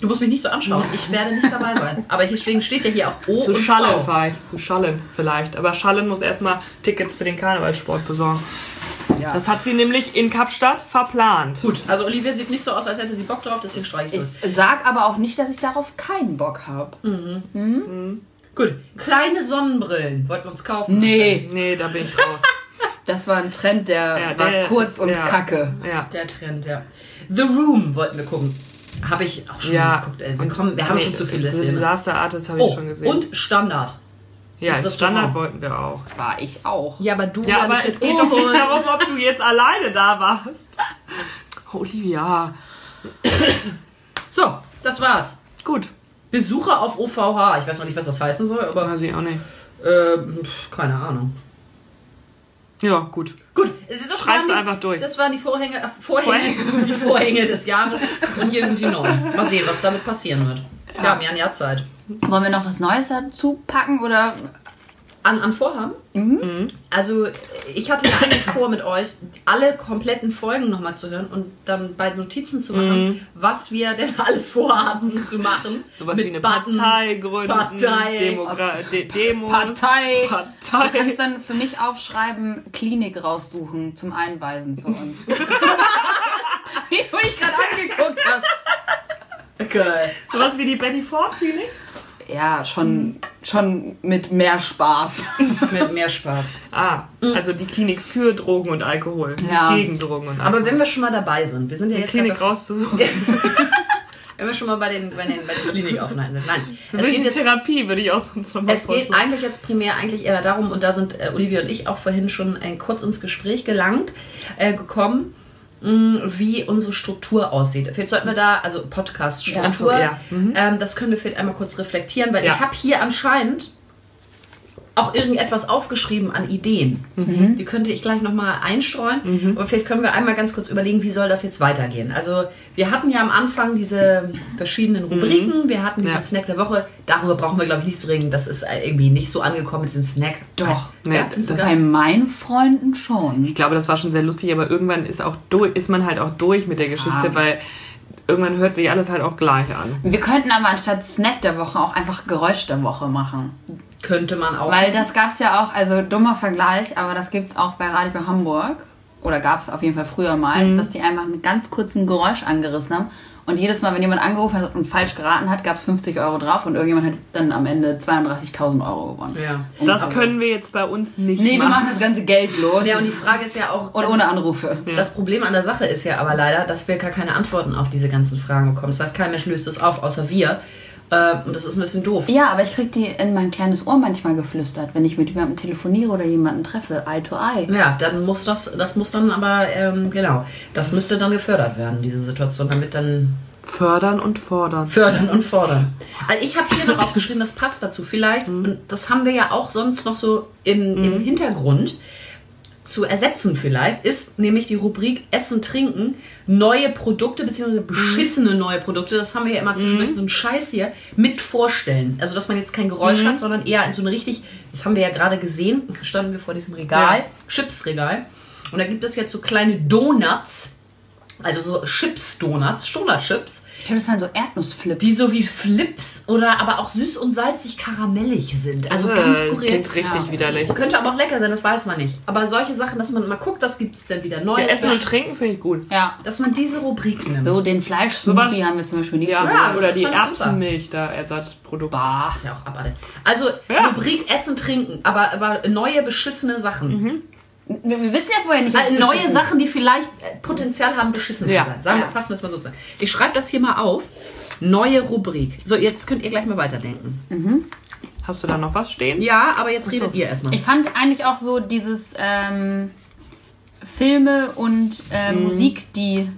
Speaker 7: Du musst mich nicht so anschauen. Ich werde nicht dabei sein. Aber deswegen steht ja hier auch O
Speaker 6: Zu
Speaker 7: und
Speaker 6: Schallen
Speaker 7: V.
Speaker 6: fahre ich, zu Schallen vielleicht. Aber Schallen muss erstmal Tickets für den Karnevalsport besorgen. Das hat sie nämlich in Kapstadt verplant.
Speaker 7: Gut, also Olivia sieht nicht so aus, als hätte sie Bock drauf, deswegen streiche ich
Speaker 5: Ich
Speaker 7: es.
Speaker 5: sag aber auch nicht, dass ich darauf keinen Bock habe.
Speaker 7: Gut, kleine Sonnenbrillen. Wollten wir uns kaufen?
Speaker 5: Nee,
Speaker 6: Nee, da bin ich raus.
Speaker 5: das war ein Trend, der,
Speaker 6: Ja,
Speaker 5: war
Speaker 6: der
Speaker 5: kurz
Speaker 6: ist-
Speaker 5: und
Speaker 6: ja.
Speaker 5: kacke.
Speaker 6: Ja.
Speaker 7: Der Trend, ja. The Room wollten wir gucken. Habe ich auch schon
Speaker 6: Ja.
Speaker 7: geguckt. Ey. Wir, kommen, wir haben
Speaker 6: Nee,
Speaker 7: schon zu viele
Speaker 6: The
Speaker 7: Filme.
Speaker 6: Disaster Artist habe ich
Speaker 7: Oh,
Speaker 6: schon gesehen.
Speaker 7: und Standard.
Speaker 6: ja,
Speaker 7: ins Restaurant.
Speaker 6: Standard wollten wir auch.
Speaker 5: War ich auch.
Speaker 7: Ja, aber du
Speaker 6: Ja, aber
Speaker 7: nicht
Speaker 6: es
Speaker 7: mit
Speaker 6: geht doch
Speaker 7: uns.
Speaker 6: nicht darum, ob du jetzt alleine da warst. Olivia.
Speaker 7: So, das war's.
Speaker 6: Gut.
Speaker 7: Besucher auf OVH. Ich weiß noch nicht, was das heißen soll, aber
Speaker 3: Weiß ich auch nicht.
Speaker 7: ähm, pf, keine Ahnung.
Speaker 3: Ja, gut.
Speaker 7: Gut, das
Speaker 6: Schreibst
Speaker 7: waren
Speaker 6: du
Speaker 7: die-
Speaker 6: einfach durch.
Speaker 7: Das waren die Vorhänge, äh, Vorhänge, die Vorhänge des Jahres. Und hier sind die neuen. Mal sehen, was damit passieren wird. Wir haben ja ein Jahr Zeit.
Speaker 5: Wollen wir noch was Neues dazu packen oder
Speaker 7: An, an Vorhaben? Also, ich hatte ja eigentlich vor, mit euch alle kompletten Folgen nochmal zu hören und dann bei Notizen zu machen, was wir denn alles vorhaben zu machen.
Speaker 6: Mhm. Sowas
Speaker 7: mit
Speaker 6: wie eine
Speaker 7: Buttons,
Speaker 6: Partei gründen,
Speaker 7: Partei.
Speaker 6: Demokra De Demos,
Speaker 5: Partei? Du
Speaker 6: Partei.
Speaker 5: kannst dann für mich aufschreiben, Klinik raussuchen zum Einweisen für uns. Wie du mich gerade angeguckt hast.
Speaker 7: Geil.
Speaker 6: Sowas wie die Betty Ford Klinik?
Speaker 5: Ja, schon, schon mit mehr Spaß.
Speaker 7: Mit mehr Spaß.
Speaker 6: Ah, also die Klinik für Drogen und Alkohol,
Speaker 5: Ja.
Speaker 6: nicht gegen Drogen und Alkohol.
Speaker 7: Aber wenn wir schon mal dabei sind, wir sind ja
Speaker 6: die
Speaker 7: jetzt
Speaker 6: Klinik
Speaker 7: gerade-
Speaker 6: rauszusuchen.
Speaker 7: wenn wir schon mal bei den, bei den, bei den Klinikaufenthalten sind. Nein, es geht,
Speaker 6: Welche
Speaker 7: jetzt,
Speaker 6: Therapie würde ich auch sonst noch mal
Speaker 7: es geht
Speaker 6: vorschlagen.
Speaker 7: eigentlich jetzt primär eigentlich eher darum, und da sind äh, Olivia und ich auch vorhin schon äh, kurz ins Gespräch gelangt, äh, gekommen, mh, wie unsere Struktur aussieht. Vielleicht sollten wir da, also
Speaker 6: Ach so,
Speaker 7: Podcast-Struktur,
Speaker 6: ja. Mhm.
Speaker 7: ähm, das können wir vielleicht einmal kurz reflektieren, weil
Speaker 6: Ja.
Speaker 7: ich habe hier anscheinend auch irgendetwas aufgeschrieben an Ideen.
Speaker 5: Mhm.
Speaker 7: Die könnte ich gleich nochmal einstreuen. Aber vielleicht können wir einmal ganz kurz überlegen, wie soll das jetzt weitergehen. Also wir hatten ja am Anfang diese verschiedenen
Speaker 5: Mhm.
Speaker 7: Rubriken. Wir hatten diesen
Speaker 6: Ja.
Speaker 7: Snack der Woche. Darüber brauchen wir, glaube ich, nicht zu reden. Das ist äh, irgendwie nicht so angekommen mit diesem Snack.
Speaker 6: Doch,
Speaker 7: Ja,
Speaker 6: ne,
Speaker 7: findest du
Speaker 6: das-
Speaker 7: das-
Speaker 5: Bei meinen Freunden schon.
Speaker 6: Ich glaube, das war schon sehr lustig, aber irgendwann ist, auch durch, ist man halt auch durch mit der Geschichte,
Speaker 5: Ah.
Speaker 6: weil irgendwann hört sich alles halt auch gleich an.
Speaker 5: Wir könnten aber anstatt Snack der Woche auch einfach Geräusch der Woche machen.
Speaker 7: könnte man auch.
Speaker 5: Weil das gab es ja auch, also dummer Vergleich, aber das gibt es auch bei Radio Hamburg. Oder gab es auf jeden Fall früher mal,
Speaker 7: Mhm.
Speaker 5: dass die einfach einen ganz kurzen Geräusch angerissen haben. Und jedes Mal, wenn jemand angerufen hat und falsch geraten hat, gab es 50 Euro drauf und irgendjemand hat dann am Ende 32.000 Euro gewonnen.
Speaker 7: ja.
Speaker 5: Und-
Speaker 6: Das
Speaker 5: aber-
Speaker 6: können wir jetzt bei uns nicht
Speaker 5: Nee, wir
Speaker 6: machen.
Speaker 5: machen das ganze Geld los.
Speaker 7: ja, und die Frage ist ja auch.
Speaker 5: und ohne Anrufe.
Speaker 7: Das Problem an der Sache ist ja aber leider, dass wir gar keine Antworten auf diese ganzen Fragen bekommen. Das heißt, kein Mensch löst es auf, außer wir. Äh, Und das ist ein bisschen doof.
Speaker 5: Ja, aber ich krieg die in mein kleines Ohr manchmal geflüstert, wenn ich mit jemandem telefoniere oder jemanden treffe, eye to eye.
Speaker 7: Ja, dann muss das, das muss dann aber, ähm, genau, das müsste dann gefördert werden, diese Situation, damit dann
Speaker 6: Fördern und fordern.
Speaker 7: fördern und fordern. Mhm. Also ich habe hier noch aufgeschrieben, das passt dazu vielleicht, und das haben wir ja auch sonst noch so im, im Hintergrund zu ersetzen vielleicht, ist nämlich die Rubrik Essen, Trinken, neue Produkte, beziehungsweise beschissene neue Produkte, das haben wir ja immer zwischendurch, so einen Scheiß hier, mit vorstellen. Also, dass man jetzt kein Geräusch hat, sondern eher in so eine richtig, das haben wir ja gerade gesehen, standen wir vor diesem Regal,
Speaker 6: Ja.
Speaker 7: Chipsregal, und da gibt es jetzt so kleine Donuts, also so Chips-Donuts, Stoner-Chips,
Speaker 5: Ich glaube, das waren so Erdnussflips.
Speaker 7: die so wie Flips oder aber auch süß und salzig karamellig sind. Also
Speaker 6: Äh,
Speaker 7: ganz
Speaker 6: das
Speaker 7: skurril.
Speaker 6: klingt richtig widerlich.
Speaker 7: Könnte aber auch lecker sein, das weiß man nicht. Aber solche Sachen, dass man mal guckt, was gibt es denn wieder
Speaker 6: Ja,
Speaker 7: Neues.
Speaker 6: Essen und Trinken finde ich gut.
Speaker 5: Ja.
Speaker 7: dass man diese Rubrik nimmt.
Speaker 5: So, den Fleischsmoothie
Speaker 6: Sowas-
Speaker 5: haben wir zum Beispiel nie
Speaker 6: Ja,
Speaker 5: probiert.
Speaker 7: Ja,
Speaker 6: oder
Speaker 7: das
Speaker 6: die
Speaker 7: fand ich super.
Speaker 6: Erbsenmilch, da Ersatzprodukt.
Speaker 7: Ach, ja auch abartig. Also
Speaker 6: Ja.
Speaker 7: Rubrik Essen, Trinken, aber, aber neue beschissene
Speaker 6: Mhm.
Speaker 7: Sachen.
Speaker 5: Wir, wir wissen ja vorher nicht,
Speaker 7: Also
Speaker 5: was
Speaker 7: neue
Speaker 5: beschissen-
Speaker 7: Sachen, die vielleicht äh, Potenzial haben, beschissen
Speaker 6: Ja.
Speaker 7: zu sein. Sagen wir,
Speaker 5: Ja.
Speaker 7: fassen wir es mal so zusammen. Ich schreibe das hier mal auf. Neue Rubrik. So, jetzt könnt ihr gleich mal weiterdenken.
Speaker 6: Hast du da noch was stehen?
Speaker 7: Ja, aber jetzt redet ihr erstmal.
Speaker 5: Ich fand eigentlich auch so dieses ähm, Filme und äh, Musik, die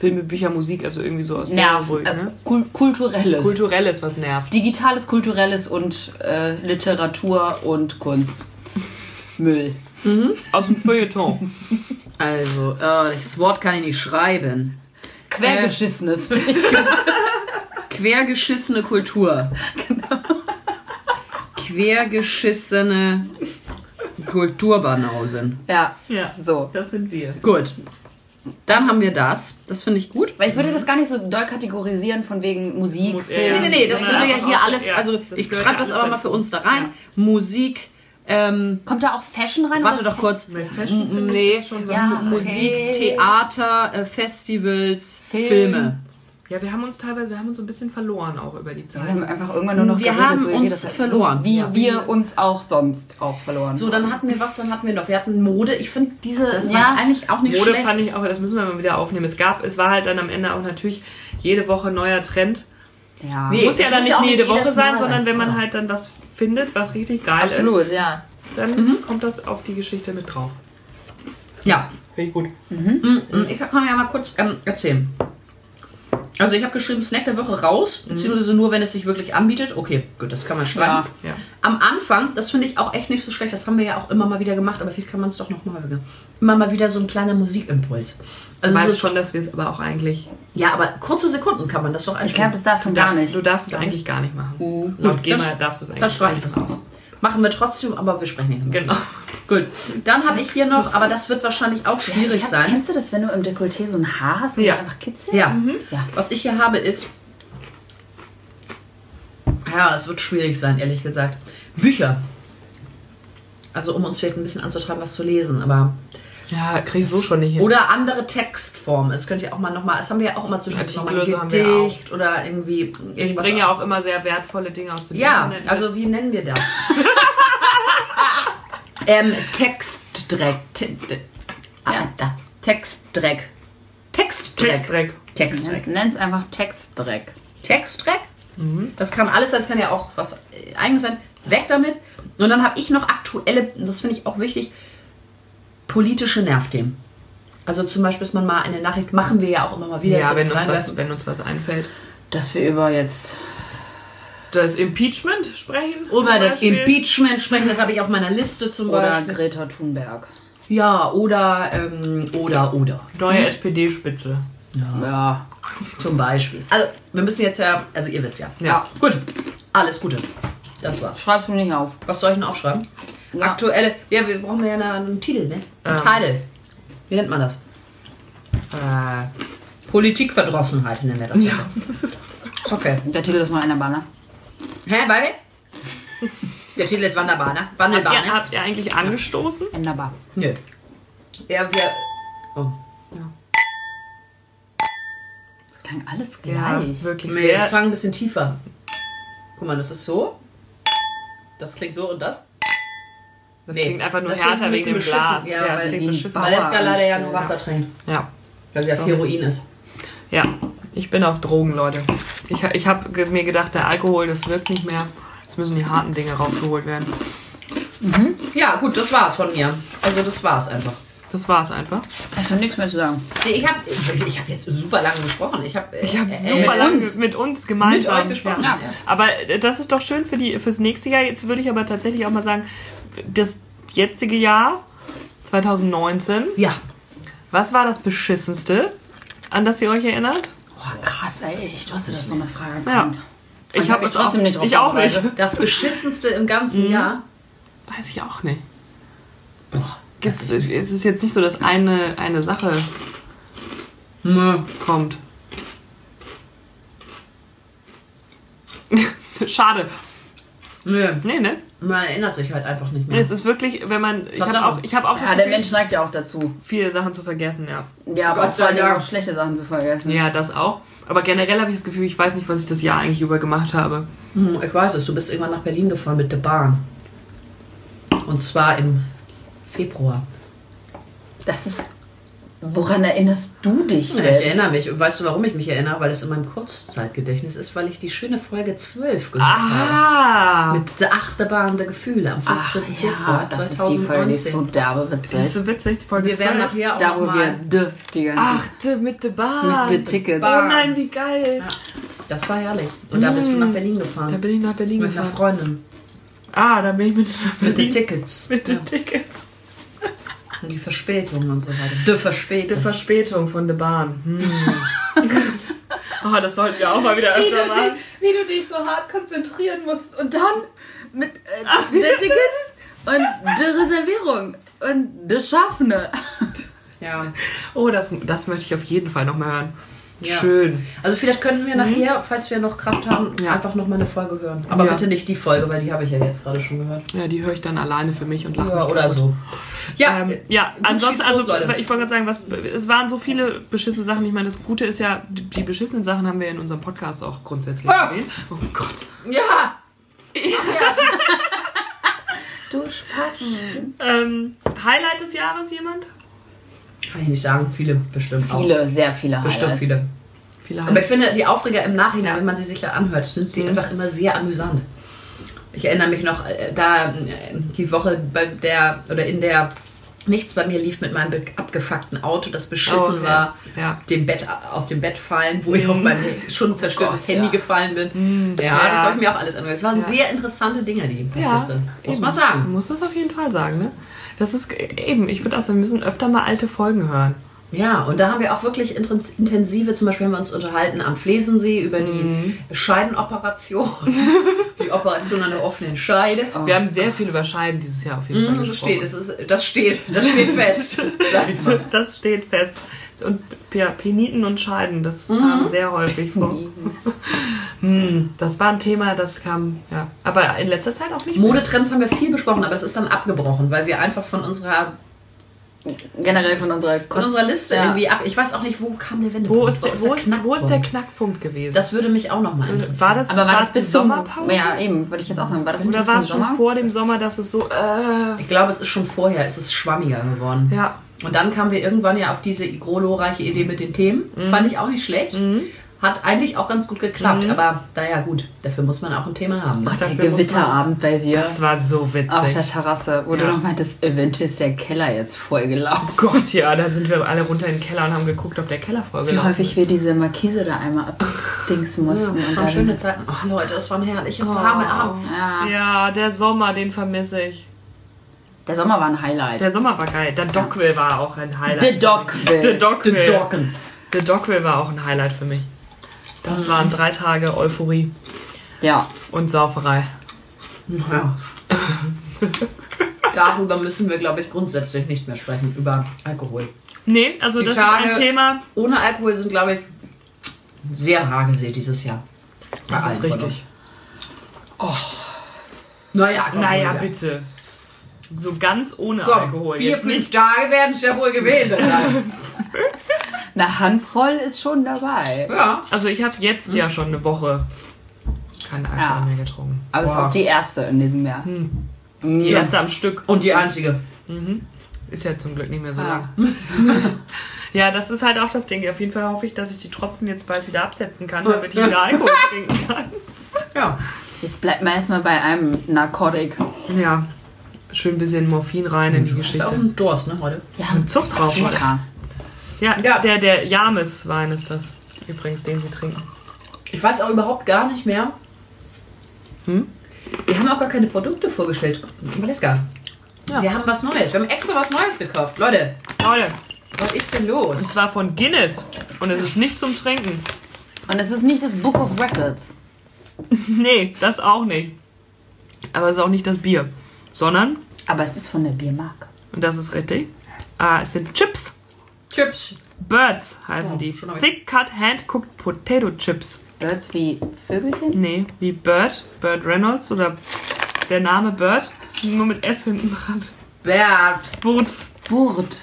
Speaker 6: Filme, Bücher, Musik, also irgendwie so aus der
Speaker 5: nerven.
Speaker 6: Rubrik.
Speaker 5: Äh,
Speaker 7: Also
Speaker 6: Ne?
Speaker 5: kul kulturelles.
Speaker 6: Kulturelles, was nervt.
Speaker 5: Digitales, kulturelles und äh, Literatur und Kunst. Müll.
Speaker 6: Aus dem Feuilleton.
Speaker 7: Also, äh, das Wort kann ich nicht schreiben.
Speaker 5: Quergeschissenes. finde ich.
Speaker 7: Quergeschissene Kultur. Genau. Quergeschissene Kulturbanausen.
Speaker 5: ja,
Speaker 6: Ja,
Speaker 5: so.
Speaker 6: das sind wir.
Speaker 7: Gut. Dann haben wir das. Das finde ich gut.
Speaker 5: Weil ich würde das gar nicht so doll kategorisieren von wegen Musik,
Speaker 6: Muss-
Speaker 5: Film.
Speaker 6: ja,
Speaker 7: Nee, nee, nee, das
Speaker 6: Sondern
Speaker 7: würde ja
Speaker 6: einfach
Speaker 7: hier
Speaker 6: aus-
Speaker 7: alles,
Speaker 6: ja,
Speaker 7: also
Speaker 6: das
Speaker 7: ich
Speaker 6: gehört
Speaker 7: schreibe
Speaker 6: ja
Speaker 7: das
Speaker 6: alles
Speaker 7: aber mal
Speaker 6: dazu.
Speaker 7: für uns da rein. Musik, ähm,
Speaker 5: Kommt da auch Fashion rein?
Speaker 7: warte
Speaker 5: Oder
Speaker 7: doch kurz.
Speaker 6: Fashion
Speaker 7: M-
Speaker 6: finde ich
Speaker 7: Mm, nee,
Speaker 6: ist schon was.
Speaker 5: Ja, okay.
Speaker 7: Musik, Theater, äh, Festivals,
Speaker 5: Film.
Speaker 7: Filme.
Speaker 6: Ja, wir haben uns teilweise, wir haben uns so ein bisschen verloren auch über die
Speaker 5: Wir
Speaker 6: Zeit.
Speaker 5: haben einfach irgendwann nur noch
Speaker 7: Wir
Speaker 5: geredet,
Speaker 7: haben
Speaker 5: so ihr
Speaker 7: uns
Speaker 5: redet halt-
Speaker 7: verloren.
Speaker 5: So, wie
Speaker 7: Ja.
Speaker 5: wir uns auch sonst auch verloren.
Speaker 7: So, dann hatten wir was, dann hatten wir noch. Wir hatten Mode. Ich finde diese das
Speaker 5: Ja.
Speaker 7: war eigentlich auch nicht
Speaker 6: Mode
Speaker 7: schlecht.
Speaker 6: fand ich auch, das müssen wir mal wieder aufnehmen. Es gab, es war halt dann am Ende auch natürlich jede Woche neuer Trend.
Speaker 5: ja.
Speaker 7: Nee,
Speaker 6: Muss ja
Speaker 7: das
Speaker 6: dann
Speaker 7: muss
Speaker 6: nicht
Speaker 7: auch
Speaker 6: jede Woche
Speaker 7: jedes
Speaker 6: sein,
Speaker 7: Mal
Speaker 6: sondern wenn man
Speaker 7: Ja.
Speaker 6: halt dann was findet, was richtig geil
Speaker 5: Absolut, ja.
Speaker 6: ist, dann
Speaker 7: Mhm.
Speaker 6: kommt das auf die Geschichte mit drauf.
Speaker 7: Ja,
Speaker 6: Finde ich gut.
Speaker 7: Mhm, Ich kann ja mal kurz ähm, erzählen. Also ich habe geschrieben, Snack der Woche raus, beziehungsweise nur, wenn es sich wirklich anbietet. Okay, gut, das kann man schreiben.
Speaker 6: Ja.
Speaker 7: Am Anfang, das finde ich auch echt nicht so schlecht, das haben wir ja auch immer mal wieder gemacht, aber vielleicht kann man es doch noch mal wieder. Immer mal wieder so ein kleiner Musikimpuls.
Speaker 6: Du
Speaker 7: Also so,
Speaker 6: weißt schon, dass wir es aber auch eigentlich.
Speaker 7: Ja, aber kurze Sekunden kann man das doch
Speaker 5: Ich glaube, das darf man gar nicht.
Speaker 6: Du darfst es eigentlich gar nicht machen. Laut
Speaker 7: Gut,
Speaker 6: GEMA
Speaker 7: Mhm. das-
Speaker 6: darfst du es
Speaker 7: Dann
Speaker 6: eigentlich
Speaker 7: schreibe ich das
Speaker 6: machen.
Speaker 7: aus. Machen wir trotzdem, aber wir sprechen nicht.
Speaker 6: Genau.
Speaker 7: Gut, dann habe ich hier noch, aber das wird wahrscheinlich auch schwierig
Speaker 5: Ich hab,
Speaker 7: sein.
Speaker 5: Kennst du das, wenn du im Dekolleté so ein Haar hast und
Speaker 6: Ja.
Speaker 5: es einfach kitzelt?
Speaker 7: Ja.
Speaker 5: Ja.
Speaker 7: Was ich hier habe ist. Ja, das wird schwierig sein, ehrlich gesagt. Bücher. Also um uns vielleicht ein bisschen anzutreiben, was zu lesen, aber.
Speaker 6: Ja, krieg ich so schon nicht hin.
Speaker 7: Oder andere Textformen. Das könnt ihr auch mal nochmal. Das haben wir ja auch immer zwischendurch nochmal ein
Speaker 6: Artikel haben wir auch.
Speaker 7: Gedicht oder irgendwie.
Speaker 6: ich bringe ja auch immer sehr wertvolle Dinge aus dem
Speaker 7: Ja,
Speaker 6: Internet.
Speaker 7: also wie nennen wir das? ähm, Textdreck. Te ah, da. Textdreck. Textdreck.
Speaker 6: Textdreck.
Speaker 7: Textdreck.
Speaker 5: Nenn es einfach Textdreck.
Speaker 7: Texttrack. Das kann alles sein, das kann ja auch was äh, eigenes sein. Weg damit. Und dann habe ich noch aktuelle, das finde ich auch wichtig, politische Nervthemen. Also zum Beispiel ist man mal eine Nachricht, machen wir ja auch immer mal wieder.
Speaker 6: Ja,
Speaker 7: dass wir
Speaker 6: wenn
Speaker 7: das
Speaker 6: uns,
Speaker 7: reinwerfen.
Speaker 6: was, wenn uns was einfällt.
Speaker 5: Dass wir über jetzt
Speaker 6: das Impeachment sprechen.
Speaker 7: Über
Speaker 6: zum
Speaker 7: das
Speaker 6: Beispiel.
Speaker 7: Impeachment sprechen, das habe ich auf meiner Liste zum
Speaker 5: Oder
Speaker 7: Beispiel.
Speaker 5: Greta Thunberg.
Speaker 7: Ja, oder, ähm, oder, oder.
Speaker 6: Neue SPD-Spitze.
Speaker 7: Ja, zum Beispiel. Also, wir müssen jetzt ja, also ihr wisst ja.
Speaker 6: Ja.
Speaker 7: Gut, alles Gute. Das war's.
Speaker 5: Schreib's mir nicht auf.
Speaker 7: Was soll ich denn aufschreiben?
Speaker 5: Ja.
Speaker 7: Aktuelle, ja, wir brauchen ja einen, einen Titel, ne? Einen
Speaker 6: Ähm.
Speaker 7: Titel. Wie nennt man das?
Speaker 6: Äh,
Speaker 7: Politikverdrossenheit nennen wir das. Ja. Okay.
Speaker 5: Der Titel ist nur einer Banner.
Speaker 7: Hä, Baby? Der Titel ist Wanderbahner.
Speaker 6: habt,
Speaker 7: Wandelbar,
Speaker 6: ihr,
Speaker 7: ne?
Speaker 6: habt ihr eigentlich angestoßen?
Speaker 5: Änderbar.
Speaker 7: Nö. Ja, wir. Oh.
Speaker 5: Das klang alles
Speaker 6: Ja,
Speaker 5: gleich.
Speaker 6: wirklich
Speaker 7: Nee, das
Speaker 6: sehr.
Speaker 7: klang ein bisschen tiefer. Guck mal, das ist so. Das klingt so und das.
Speaker 6: Das
Speaker 7: Nee,
Speaker 6: klingt einfach nur
Speaker 7: das klingt
Speaker 6: härter
Speaker 7: ein
Speaker 6: wegen dem
Speaker 7: bisschen beschissen.
Speaker 6: Glas.
Speaker 7: Ja,
Speaker 6: das
Speaker 7: weil-
Speaker 6: klingt beschissen.
Speaker 5: Bauer
Speaker 7: Weil Escalade ja
Speaker 5: anstellt.
Speaker 7: nur Wasser trinkt.
Speaker 6: Ja.
Speaker 7: Weil sie ja
Speaker 6: So.
Speaker 7: Heroin ist.
Speaker 6: ja, ich bin auf Drogen, Leute. Ich, ich habe mir gedacht, der Alkohol, das wirkt nicht mehr. Jetzt müssen die harten Dinge rausgeholt werden.
Speaker 7: Ja, gut, das war's von mir. Also, das war's einfach.
Speaker 6: Das war's einfach.
Speaker 5: Hast du nichts mehr zu sagen?
Speaker 7: Nee, ich habe ich hab jetzt super lange gesprochen. Ich habe ich hab äh,
Speaker 6: Super lang mit uns gemeinsam.
Speaker 7: Mit euch gesprochen, ja.
Speaker 6: Aber äh, das ist doch schön für die, fürs nächste Jahr. Jetzt würde ich aber tatsächlich auch mal sagen, das jetzige Jahr, 2019,
Speaker 7: Ja.
Speaker 6: was war das Beschissenste, an das ihr euch erinnert?
Speaker 5: Boah, krass, ey. Ich wusste, dass so eine Frage kommt.
Speaker 6: Ja. Ich
Speaker 5: hab
Speaker 6: habe
Speaker 5: ich
Speaker 6: es auch,
Speaker 5: trotzdem nicht drauf
Speaker 6: Ich auch nicht.
Speaker 5: vorbereitet.
Speaker 7: Das beschissenste im ganzen
Speaker 5: Mhm.
Speaker 7: Jahr.
Speaker 6: Weiß ich auch nicht. Gibt's, es ist jetzt nicht so, dass eine, eine Sache
Speaker 7: Nö.
Speaker 6: kommt. Schade.
Speaker 7: Nö.
Speaker 6: Nee, ne?
Speaker 7: Man erinnert sich halt einfach nicht
Speaker 6: Nee,
Speaker 7: mehr.
Speaker 6: Es ist wirklich, wenn man. Ich habe
Speaker 7: Tatsache.
Speaker 6: auch, ich hab auch das
Speaker 5: Ja, der
Speaker 6: Gefühl,
Speaker 5: Mensch neigt ja auch dazu.
Speaker 6: viele Sachen zu vergessen, ja.
Speaker 5: Ja, aber
Speaker 7: Gott
Speaker 5: auch
Speaker 7: sei
Speaker 5: vor allem
Speaker 7: Dank.
Speaker 5: auch schlechte Sachen zu vergessen.
Speaker 6: Ja, das auch. Aber generell habe ich das Gefühl, ich weiß nicht, was ich das Jahr eigentlich über gemacht habe.
Speaker 7: Hm, Ich weiß es, du bist irgendwann nach Berlin gefahren mit der Bahn. Und zwar im Februar.
Speaker 5: Das ist. Woran erinnerst du dich
Speaker 7: Ja,
Speaker 5: denn?
Speaker 7: ich erinnere mich. Und weißt du, warum ich mich erinnere? Weil es in meinem Kurzzeitgedächtnis ist, weil ich die schöne Folge 12 gehört habe.
Speaker 6: Ah!
Speaker 7: Mit der Achterbahn der Gefühle am 15.
Speaker 5: ja,
Speaker 7: Februar
Speaker 5: das ist die Folge, die ist so
Speaker 7: 2019.
Speaker 5: derbe
Speaker 6: Das ist
Speaker 5: witzig.
Speaker 6: so witzig, die Folge
Speaker 7: Wir werden
Speaker 6: 12.
Speaker 7: nachher auch
Speaker 5: Da, wo
Speaker 7: noch
Speaker 5: wir
Speaker 7: mal.
Speaker 5: dürf die ganze
Speaker 6: Achte mit der Bahn.
Speaker 5: Mit den Tickets.
Speaker 6: Oh nein, wie geil.
Speaker 7: Das war herrlich. Und da bist du
Speaker 5: Mm.
Speaker 7: nach Berlin gefahren.
Speaker 6: Da bin ich nach Berlin
Speaker 7: mit einer
Speaker 6: gefahren.
Speaker 7: Freundin.
Speaker 6: Ah, da bin ich mit nach
Speaker 7: Mit den
Speaker 6: Berlin.
Speaker 7: Tickets.
Speaker 6: Mit
Speaker 7: ja.
Speaker 6: den Tickets.
Speaker 7: Und die Verspätung und so weiter. Die
Speaker 6: Die
Speaker 7: Verspätung.
Speaker 6: Verspätung von der Bahn. Hm. oh, das sollten wir auch mal wieder
Speaker 5: wie,
Speaker 6: öfter
Speaker 5: du
Speaker 6: machen.
Speaker 5: dich, wie du dich so hart konzentrieren musst und dann mit äh, der Tickets und der Reservierung und der Schaffne.
Speaker 7: Ja.
Speaker 6: Oh, das, das möchte ich auf jeden Fall nochmal hören.
Speaker 7: Ja.
Speaker 6: Schön.
Speaker 7: Also vielleicht können wir nachher, falls wir noch Kraft haben,
Speaker 6: Mhm. Ja.
Speaker 7: einfach nochmal eine Folge hören. Aber
Speaker 6: Ja.
Speaker 7: bitte nicht die Folge, weil die habe ich ja jetzt gerade schon gehört.
Speaker 6: Ja, die höre ich dann alleine für mich und lache.
Speaker 7: Ja,
Speaker 6: mich
Speaker 7: oder
Speaker 6: kaputt.
Speaker 7: so. Ja,
Speaker 6: Ähm,
Speaker 7: äh,
Speaker 6: ja,
Speaker 7: gut,
Speaker 6: ansonsten,
Speaker 7: schießt
Speaker 6: also
Speaker 7: los, Leute.
Speaker 6: ich wollte gerade sagen, was, es waren so viele beschissene Sachen. Ich meine, das Gute ist ja, die, die beschissenen Sachen haben wir in unserem Podcast auch grundsätzlich
Speaker 7: Ah.
Speaker 6: erwähnt. Oh Gott.
Speaker 7: ja.
Speaker 5: Du Spacken.
Speaker 6: Ähm, Highlight des Jahres jemand?
Speaker 7: Kann ich nicht sagen, viele bestimmt auch.
Speaker 5: Viele, sehr viele
Speaker 7: Bestimmt
Speaker 5: Highlights.
Speaker 7: viele.
Speaker 6: Viele
Speaker 7: Aber ich
Speaker 6: Highlights.
Speaker 7: finde, die Aufreger im Nachhinein, wenn man sie sich ja anhört, sind
Speaker 6: Mhm.
Speaker 7: sie einfach immer sehr amüsant. Ich erinnere mich noch, äh, da äh, die Woche bei der oder in der nichts bei mir lief mit meinem be- abgefuckten Auto, das beschissen
Speaker 6: Oh, ja.
Speaker 7: war,
Speaker 6: Ja.
Speaker 7: dem Bett aus dem Bett fallen,
Speaker 6: Mhm.
Speaker 7: wo ich auf mein
Speaker 6: Oh
Speaker 7: schon zerstörtes
Speaker 5: Gott,
Speaker 7: Handy
Speaker 5: ja.
Speaker 7: gefallen bin. Ja, das
Speaker 6: ja.
Speaker 7: habe ich mir auch alles angehört. Es waren
Speaker 6: Ja.
Speaker 7: sehr interessante Dinge, die passiert
Speaker 6: Ja,
Speaker 7: sind. Muss
Speaker 6: eben.
Speaker 7: man sagen.
Speaker 6: Man muss das auf jeden Fall sagen, ne? Das ist äh, eben, ich würde auch sagen, wir müssen öfter mal alte Folgen hören.
Speaker 7: Ja, und da haben wir auch wirklich intrins- intensive, zum Beispiel haben wir uns unterhalten am Flesensee über
Speaker 6: Mhm.
Speaker 7: die Scheidenoperation, die Operation an der offenen Scheide.
Speaker 6: Wir haben sehr viel über Scheiden dieses Jahr auf jeden Fall
Speaker 7: Mhm, das
Speaker 6: gesprochen.
Speaker 7: steht, das, ist, das steht, das steht fest. Sag ich mal.
Speaker 6: Das steht fest. Und ja, Peniten und Scheiden, das
Speaker 5: Mhm.
Speaker 6: kam sehr häufig vor. Hm, das war ein Thema, das kam, ja. Aber in letzter Zeit auch nicht mehr.
Speaker 7: Modetrends haben wir viel besprochen, aber das ist dann abgebrochen, weil wir einfach von unserer,
Speaker 5: Generell von unserer,
Speaker 7: von unserer Liste
Speaker 5: Ja.
Speaker 7: irgendwie ab. Ich weiß auch nicht, wo kam der Wendepunkt?
Speaker 6: Wo ist, der, wo, ist, wo ist der Knackpunkt gewesen?
Speaker 7: Das würde mich auch nochmal interessieren.
Speaker 6: war das,
Speaker 5: Aber war
Speaker 6: war
Speaker 5: das
Speaker 6: die
Speaker 5: bis zum
Speaker 6: Sommerpause?
Speaker 5: Ja, eben, würde ich jetzt auch sagen. War das bis
Speaker 6: Oder war
Speaker 5: zum
Speaker 6: es schon
Speaker 5: Sommer?
Speaker 6: vor dem Sommer, dass es so, äh,
Speaker 7: Ich glaube, es ist schon vorher, es ist schwammiger geworden.
Speaker 6: ja.
Speaker 7: Und dann kamen wir irgendwann ja auf diese igolo-reiche Idee mit den Themen. Fand ich auch nicht schlecht. Hat eigentlich auch ganz gut geklappt, aber naja, gut, dafür muss man auch ein Thema haben. ne?
Speaker 5: Gott, der
Speaker 6: Dafür muss
Speaker 5: Gewitterabend bei dir.
Speaker 6: Das war so
Speaker 5: Auf
Speaker 6: witzig.
Speaker 5: der Terrasse, wo
Speaker 6: Ja.
Speaker 5: du noch meintest, eventuell ist der Keller jetzt vollgelaufen.
Speaker 6: Gott, ja, da sind wir alle runter in den Keller und haben geguckt, ob der Keller
Speaker 5: Wie
Speaker 6: vollgelaufen
Speaker 5: häufig wir diese Markise da einmal abdings mussten.
Speaker 7: das
Speaker 5: und
Speaker 7: waren
Speaker 5: dann-
Speaker 7: schöne Zeiten. Oh, Leute, das waren herrliche warme Abend.
Speaker 5: ja.
Speaker 6: Ja, der Sommer, den vermisse ich.
Speaker 5: Der Sommer war ein Highlight.
Speaker 6: Der Sommer war geil. Der Dockville war auch ein Highlight.
Speaker 5: The Doc
Speaker 6: Der
Speaker 5: will.
Speaker 6: Dockville.
Speaker 7: The Docken.
Speaker 6: Der Dockville war auch ein Highlight für mich. Das waren drei Tage Euphorie
Speaker 5: Ja.
Speaker 6: und Sauferei.
Speaker 7: Ja. Darüber müssen wir, glaube ich, grundsätzlich nicht mehr sprechen, über Alkohol.
Speaker 6: Nee, also
Speaker 7: Die
Speaker 6: das
Speaker 7: Tage-
Speaker 6: ist ein Thema.
Speaker 7: Ohne Alkohol sind, glaube ich, sehr rar gesät dieses Jahr. Bei
Speaker 6: Das
Speaker 7: allen
Speaker 6: ist
Speaker 7: von
Speaker 6: richtig.
Speaker 7: uns. Oh. Naja, komm,
Speaker 6: Naja,
Speaker 7: Julia.
Speaker 6: bitte. So ganz ohne
Speaker 7: Komm,
Speaker 6: Alkohol.
Speaker 7: vier,
Speaker 6: Jetzt
Speaker 7: fünf
Speaker 6: nicht.
Speaker 7: Tage werden es ja wohl gewesen sein.
Speaker 5: Eine Handvoll ist schon dabei.
Speaker 7: ja.
Speaker 6: Also ich habe jetzt ja schon eine Woche keinen Alkohol
Speaker 5: Ja.
Speaker 6: mehr getrunken.
Speaker 5: Aber es ist
Speaker 7: Boah.
Speaker 5: auch die erste in diesem Jahr.
Speaker 6: Die erste am Stück.
Speaker 7: Und die einzige.
Speaker 6: Ist ja zum Glück nicht mehr so lang. ja, das ist halt auch das Ding. Auf jeden Fall hoffe ich, dass ich die Tropfen jetzt bald wieder absetzen kann, damit ich wieder Alkohol trinken kann.
Speaker 7: Ja.
Speaker 5: Jetzt bleibt man erstmal bei einem Narkotik.
Speaker 6: Ja, schön bisschen Morphin rein in die
Speaker 7: Ist auch
Speaker 6: Geschichte.
Speaker 7: ein Durst, ne, heute?
Speaker 5: Ja,
Speaker 6: Und Zucht drauf. oder?
Speaker 5: lecker.
Speaker 6: Ja,
Speaker 7: Ja.
Speaker 6: der, der James-Wein ist das übrigens, den sie trinken.
Speaker 7: Ich weiß auch überhaupt gar nicht mehr. Hm? Wir haben auch gar keine Produkte vorgestellt. Valeska,
Speaker 6: Ja.
Speaker 7: wir haben was Neues. Wir haben extra was Neues gekauft. Leute,
Speaker 6: Leute,
Speaker 7: was ist denn
Speaker 6: und
Speaker 7: los?
Speaker 6: zwar von Guinness. Und es ist nicht zum Trinken.
Speaker 5: Und es ist nicht das Book of Records.
Speaker 6: Nee, das auch nicht. Aber es ist auch nicht das Bier. Sondern,
Speaker 5: Aber es ist von der Biermarke.
Speaker 6: und das ist richtig, äh, es sind Chips.
Speaker 7: Chips.
Speaker 6: Birds heißen
Speaker 7: Oh,
Speaker 6: die.
Speaker 7: schon hab ich-
Speaker 6: Thick Cut Hand Cooked Potato Chips.
Speaker 5: Birds wie Vögelchen?
Speaker 6: Nee, wie Bird, Bird Reynolds oder der Name Bird, nur mit S hinten dran.
Speaker 7: Bert.
Speaker 6: Boots.
Speaker 5: Burt,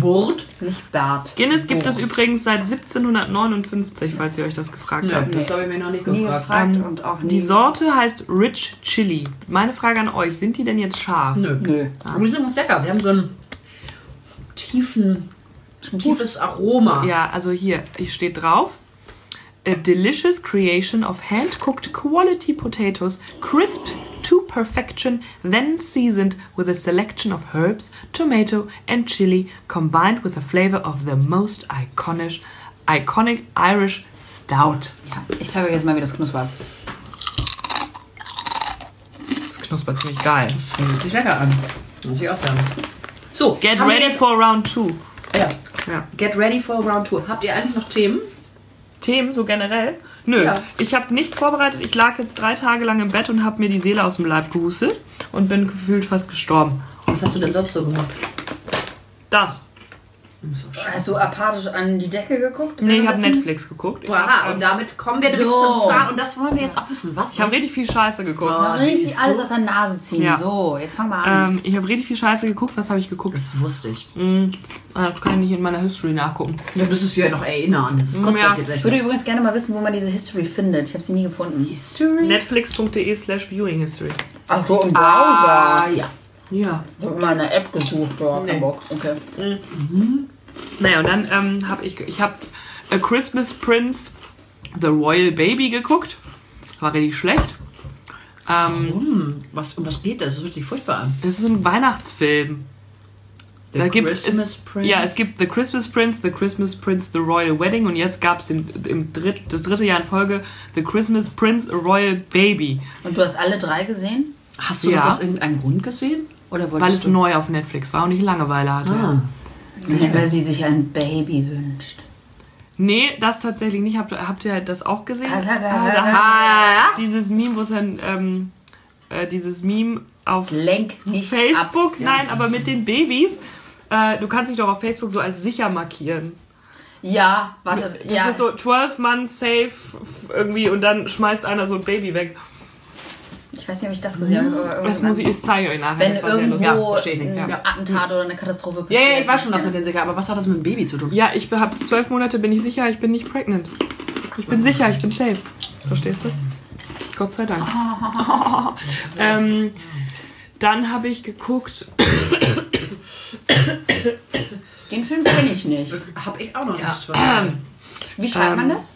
Speaker 7: Burt.
Speaker 5: nicht Bart. Oh.
Speaker 6: Guinness gibt
Speaker 7: Oh.
Speaker 6: es übrigens seit 1759, falls ihr euch das gefragt
Speaker 7: Ja,
Speaker 6: habt.
Speaker 7: das habe ich mir noch nicht
Speaker 5: Nie
Speaker 7: gefragt.
Speaker 5: gefragt und auch nie.
Speaker 6: Die Sorte heißt Rich Chili. Meine Frage an euch, sind die denn jetzt scharf?
Speaker 7: Nö.
Speaker 5: Nö.
Speaker 7: Aber die sind ganz lecker. Die haben so einen tiefen, so ein tiefes Aroma.
Speaker 6: Ja, also hier, hier steht drauf. A delicious creation of hand-cooked quality potatoes, crisped to perfection, then seasoned with a selection of herbs, tomato and chili, combined with the flavor of the most iconic, iconic Irish Stout.
Speaker 5: Ja, ich zeige euch jetzt mal, wie das knuspert.
Speaker 6: Das knuspert ziemlich geil.
Speaker 7: Das fühlt sich lecker an. Muss ich auch sagen. So,
Speaker 6: Get
Speaker 7: haben wir
Speaker 6: ready
Speaker 7: jetzt-
Speaker 6: for round two.
Speaker 7: Ja.
Speaker 6: Ja.
Speaker 7: Get ready for round two. Habt ihr eigentlich noch Themen?
Speaker 6: Themen so generell? Nö,
Speaker 7: Ja.
Speaker 6: ich habe nichts vorbereitet. Ich lag jetzt drei Tage lang im Bett und habe mir die Seele aus dem Leib gehustet und bin gefühlt fast gestorben.
Speaker 7: Was hast du denn sonst so gemacht?
Speaker 6: Das.
Speaker 5: Hast du apathisch an die Decke geguckt?
Speaker 6: Nee, ich habe Netflix geguckt. Ich
Speaker 7: Aha,
Speaker 6: habe
Speaker 7: und
Speaker 6: ähm,
Speaker 7: damit kommen wir nämlich
Speaker 5: So.
Speaker 7: zum Zahn. Und das wollen wir jetzt auch wissen. Was?
Speaker 6: ich hab richtig viel Scheiße geguckt.
Speaker 5: Richtig alles aus der Nase ziehen.
Speaker 6: Ja.
Speaker 5: So, jetzt fang mal an.
Speaker 6: Ähm, ich habe richtig viel Scheiße geguckt. Was habe ich geguckt?
Speaker 7: Das wusste ich.
Speaker 6: Ah, Das kann ich nicht in meiner History nachgucken.
Speaker 7: Wir müssen es ja noch erinnern. Das ist
Speaker 5: ich würde
Speaker 7: Kurzzeitgedächtnis.
Speaker 5: übrigens gerne mal wissen, wo man diese History findet. Ich habe sie nie gefunden.
Speaker 7: History?
Speaker 6: Netflix.de slash Viewing History.
Speaker 5: Ach, so im
Speaker 7: Ah,
Speaker 5: Browser.
Speaker 7: ja.
Speaker 6: Ja.
Speaker 5: Ich habe mal eine App gesucht. Ja, kein Bock. Okay.
Speaker 6: Naja, und dann ähm, habe ich, ich habe A Christmas Prince, The Royal Baby geguckt. War richtig schlecht. Ähm,
Speaker 7: Was, um was geht das? Das hört sich furchtbar an.
Speaker 6: Das ist so ein Weihnachtsfilm.
Speaker 7: The
Speaker 6: da gibt's,
Speaker 7: Christmas
Speaker 6: es,
Speaker 7: Prince?
Speaker 6: Ja, es gibt The Christmas Prince, The Christmas Prince, The Royal Wedding und jetzt gab es im dritt, das dritte Jahr in Folge The Christmas Prince, A Royal Baby,
Speaker 5: Und du hast alle drei gesehen?
Speaker 7: Hast du
Speaker 6: Ja.
Speaker 7: das aus irgendeinem Grund gesehen? Oder
Speaker 6: weil
Speaker 7: wolltest
Speaker 6: es
Speaker 7: du...
Speaker 6: neu auf Netflix war und ich Langeweile hatte.
Speaker 7: Ah.
Speaker 5: Nicht, weil sie sich ein Baby wünscht.
Speaker 6: Nee, das tatsächlich nicht. Habt, habt ihr das auch gesehen?
Speaker 5: Ah, ah, ah,
Speaker 6: Ah, da-
Speaker 7: Ah,
Speaker 6: Dieses Meme, wo es dann, ähm, äh, dieses Meme auf
Speaker 5: Lenk nicht ab.
Speaker 6: Facebook, nein, aber mit den Babys. Äh, du kannst dich doch auf Facebook so als sicher markieren.
Speaker 5: Ja, warte.
Speaker 6: Das
Speaker 5: ja.
Speaker 6: ist so 12 Months safe f- irgendwie und dann schmeißt einer so ein Baby weg.
Speaker 5: Ich weiß nicht, ob ich das gesehen habe. aber
Speaker 6: Das
Speaker 5: irgendwann-
Speaker 6: muss ich, ich zeige euch nachher.
Speaker 5: Wenn
Speaker 6: das war sehr lustig.
Speaker 5: irgendwo
Speaker 7: verstehe ich nicht,
Speaker 5: ein
Speaker 7: ja.
Speaker 5: Attentat oder eine Katastrophe
Speaker 7: ja,
Speaker 5: passiert.
Speaker 7: ja, ich weiß schon das mit den Sicker, aber was hat das mit dem Baby zu tun?
Speaker 6: ja, ich hab's zwölf Monate, bin ich sicher, ich bin nicht pregnant. Ich bin sicher, ich bin safe. Verstehst du? Gott sei Dank. ähm, dann habe ich geguckt,
Speaker 5: Den Film kenne ich nicht.
Speaker 7: Hab ich auch noch nicht. Ähm,
Speaker 5: Wie schreibt man das?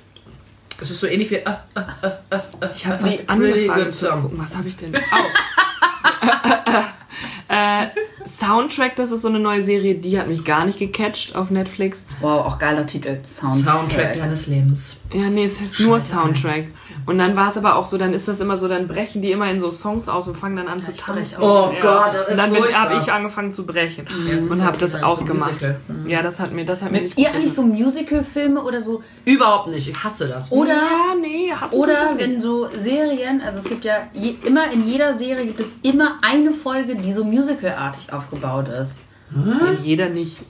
Speaker 7: Es ist so ähnlich wie. ah, ah,
Speaker 6: Ich habe äh, was
Speaker 7: Nee, really
Speaker 6: angefangen
Speaker 7: good
Speaker 6: zu
Speaker 7: song.
Speaker 6: gucken. Was habe ich denn? Oh. äh, Soundtrack, das ist so eine neue Serie, die hat mich gar nicht gecatcht auf Netflix.
Speaker 5: Wow, auch geiler Titel. Soundtrack.
Speaker 7: Soundtrack deines Lebens.
Speaker 6: Ja, nee, es heißt nur Soundtrack. Und dann war es aber auch so, dann ist das immer so, dann brechen die immer in so Songs aus und fangen dann an zu tanzen.
Speaker 7: Oh Gott, das
Speaker 6: Und
Speaker 7: ist
Speaker 6: dann
Speaker 7: furchtbar.
Speaker 6: habe ich angefangen zu brechen
Speaker 7: es ist
Speaker 6: und habe
Speaker 7: halt
Speaker 6: das
Speaker 7: so ein
Speaker 6: ausgemacht.
Speaker 7: Musical.
Speaker 6: Ja, das hat mir, das hat mir
Speaker 5: Mit
Speaker 6: nicht
Speaker 5: ihr
Speaker 6: gefallen.
Speaker 5: eigentlich so Musical-Filme oder so.
Speaker 7: Überhaupt nicht. Ich hasse das.
Speaker 5: Oder.
Speaker 6: Ja, nee, hast du
Speaker 5: Oder
Speaker 6: nicht.
Speaker 5: wenn so Serien, also es gibt ja je, immer in jeder Serie gibt es immer eine Folge, die so musicalartig aufgebaut ist.
Speaker 6: Ja, jeder nicht.
Speaker 5: Mhm.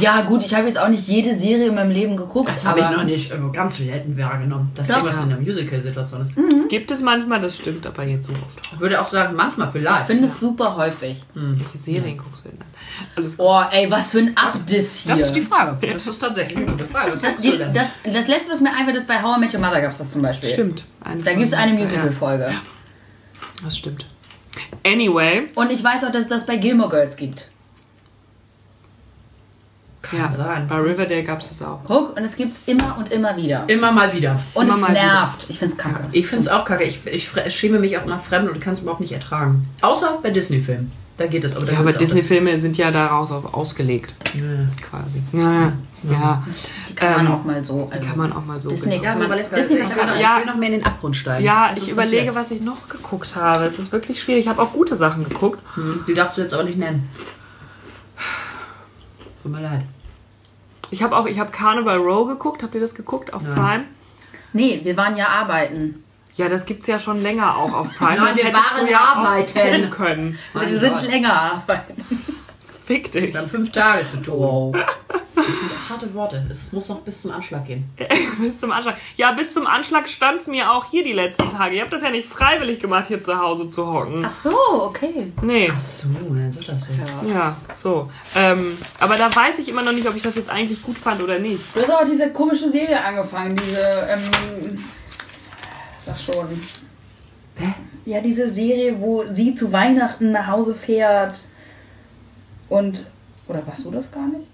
Speaker 5: Ja, gut, ich habe jetzt auch nicht jede Serie in meinem Leben geguckt.
Speaker 7: Das habe ich
Speaker 5: aber-
Speaker 7: noch nicht äh, ganz selten wahrgenommen, dass irgendwas in einer Musical-Situation ist.
Speaker 6: Es gibt es manchmal, das stimmt, aber jetzt so oft.
Speaker 7: Ich würde auch sagen, manchmal
Speaker 5: Ich
Speaker 7: vielleicht.
Speaker 5: finde es super häufig.
Speaker 7: Mhm.
Speaker 6: Welche Serien guckst du denn an? Alles gut.
Speaker 5: Oh, ey, was für ein Abdiss hier.
Speaker 7: Das ist die Frage. Das ist tatsächlich eine gute Frage. Was guckst du
Speaker 5: Die,
Speaker 7: denn?
Speaker 5: das, das letzte, was mir einfällt, ist bei How I Met Your Mother gab es das zum Beispiel.
Speaker 6: Stimmt. Eine
Speaker 5: Da
Speaker 6: von-
Speaker 5: gibt es eine
Speaker 6: Ja,
Speaker 5: Musical-Folge.
Speaker 6: das stimmt. Anyway,
Speaker 5: Und ich weiß auch, dass es das bei Gilmore Girls gibt.
Speaker 7: Kann
Speaker 6: ja,
Speaker 7: sein.
Speaker 6: bei Riverdale gab es das auch.
Speaker 5: Guck, und es gibt es immer und immer wieder.
Speaker 7: Immer mal wieder.
Speaker 5: Und
Speaker 6: immer
Speaker 5: es
Speaker 6: mal wieder.
Speaker 5: nervt. Ich find's kacke.
Speaker 7: Ich finde es auch kacke. Ich, ich fre- schäme mich auch nach Fremden und kann es überhaupt nicht ertragen. Außer bei Disney-Filmen. Da geht es aber. Da
Speaker 6: Ja, aber
Speaker 7: gibt's auch das-
Speaker 6: Disney-Filme sind ja daraus auf ausgelegt, quasi. Ja, ja.
Speaker 5: Die kann
Speaker 6: Ähm,
Speaker 5: man auch mal so. Also,
Speaker 6: kann man auch mal so.
Speaker 5: Disney
Speaker 6: genau.
Speaker 7: Ja, so überlässt man-
Speaker 5: Disney-
Speaker 7: ich sag mal,
Speaker 6: Ja.
Speaker 7: ich will noch mehr in den Abgrund steigen.
Speaker 6: Ja,
Speaker 7: Das
Speaker 6: ich
Speaker 7: ist
Speaker 6: überlege, was ich noch geguckt habe. Es ist wirklich schwierig. Ich habe auch gute Sachen geguckt.
Speaker 7: passiert. Die darfst du jetzt auch nicht nennen. Tut mir leid.
Speaker 6: Ich habe auch, ich habe Carnival Row geguckt. Habt ihr das geguckt auf Prime?
Speaker 5: nee, wir waren ja arbeiten.
Speaker 6: Ja, das gibt's ja schon länger auch auf Prime.
Speaker 7: Nein,
Speaker 6: das
Speaker 7: wir
Speaker 6: hättest
Speaker 7: waren
Speaker 6: du ja auch
Speaker 7: arbeiten.
Speaker 6: kennen können.
Speaker 7: Mein
Speaker 5: wir sind
Speaker 7: Gott.
Speaker 5: länger arbeiten.
Speaker 6: Fick dich.
Speaker 7: Wir haben fünf Tage zu tun. Wow. Das sind harte Worte. Es muss noch bis zum Anschlag gehen.
Speaker 6: Bis zum Anschlag. Ja, bis zum Anschlag stand's mir auch hier die letzten Tage. Ihr habt das ja nicht freiwillig gemacht, hier zu Hause zu hocken.
Speaker 5: Ach so, okay.
Speaker 6: Nee.
Speaker 7: So, dann sagt das so.
Speaker 6: Ja, so. Ähm, aber da weiß ich immer noch nicht, ob ich das jetzt eigentlich gut fand oder nicht.
Speaker 5: Du hast auch diese komische Serie angefangen, diese, ähm, sag schon. Ja, diese Serie, wo sie zu Weihnachten nach Hause fährt und, oder warst du das gar nicht?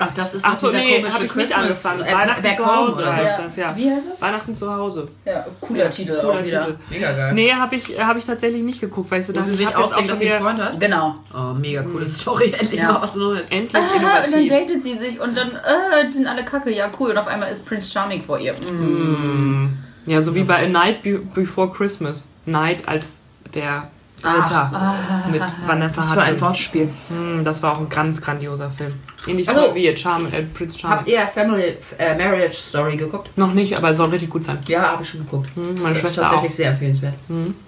Speaker 7: Ach, das ist
Speaker 6: Ach
Speaker 7: doch
Speaker 6: so,
Speaker 7: dieser
Speaker 6: nee,
Speaker 7: komische
Speaker 6: habe ich nicht
Speaker 7: Christmas-
Speaker 6: angefangen.
Speaker 7: äh,
Speaker 6: Weihnachten
Speaker 7: Back
Speaker 6: zu
Speaker 7: Home,
Speaker 6: Hause
Speaker 7: oder?
Speaker 6: heißt
Speaker 5: Ja.
Speaker 6: das, ja.
Speaker 5: Wie heißt es?
Speaker 6: Weihnachten zu Hause.
Speaker 5: Ja, cooler Titel
Speaker 6: Cooler
Speaker 5: auch wieder.
Speaker 6: Titel.
Speaker 7: Mega geil.
Speaker 6: Nee, habe ich, äh, hab ich tatsächlich nicht geguckt, weil ich so
Speaker 7: Wo
Speaker 6: dachte,
Speaker 7: sie
Speaker 6: ich
Speaker 7: sich
Speaker 6: hab jetzt
Speaker 7: ausdenkt,
Speaker 6: auch
Speaker 7: dass
Speaker 6: schon
Speaker 7: sie einen
Speaker 6: wieder
Speaker 7: Freund hat.
Speaker 5: Genau.
Speaker 7: Oh, mega coole Story. Endlich
Speaker 5: Ja.
Speaker 7: mal was Neues.
Speaker 6: endlich
Speaker 5: Aha, Ah, und dann
Speaker 6: innovativ.
Speaker 5: datet sie sich und dann, äh, die sind alle kacke, ja cool. Und auf einmal ist Prince Charming vor ihr. Mm.
Speaker 6: Ja, so wie bei A Night Be Before Christmas. Night als der
Speaker 5: Ah.
Speaker 6: Ritter mit Vanessa
Speaker 7: Was für ein
Speaker 6: Hudgens.
Speaker 7: Wortspiel.
Speaker 6: Hm, das war auch ein ganz grandioser Film. Ähnlich
Speaker 7: Also-
Speaker 6: toll wie Charm, äh, Prince Charming.
Speaker 7: Habt ihr Family äh, Marriage Story geguckt?
Speaker 6: Noch nicht, aber soll richtig gut sein.
Speaker 7: Ja, habe ich schon geguckt.
Speaker 6: meine
Speaker 7: das ist
Speaker 6: Schwester
Speaker 7: tatsächlich
Speaker 6: auch.
Speaker 7: sehr empfehlenswert.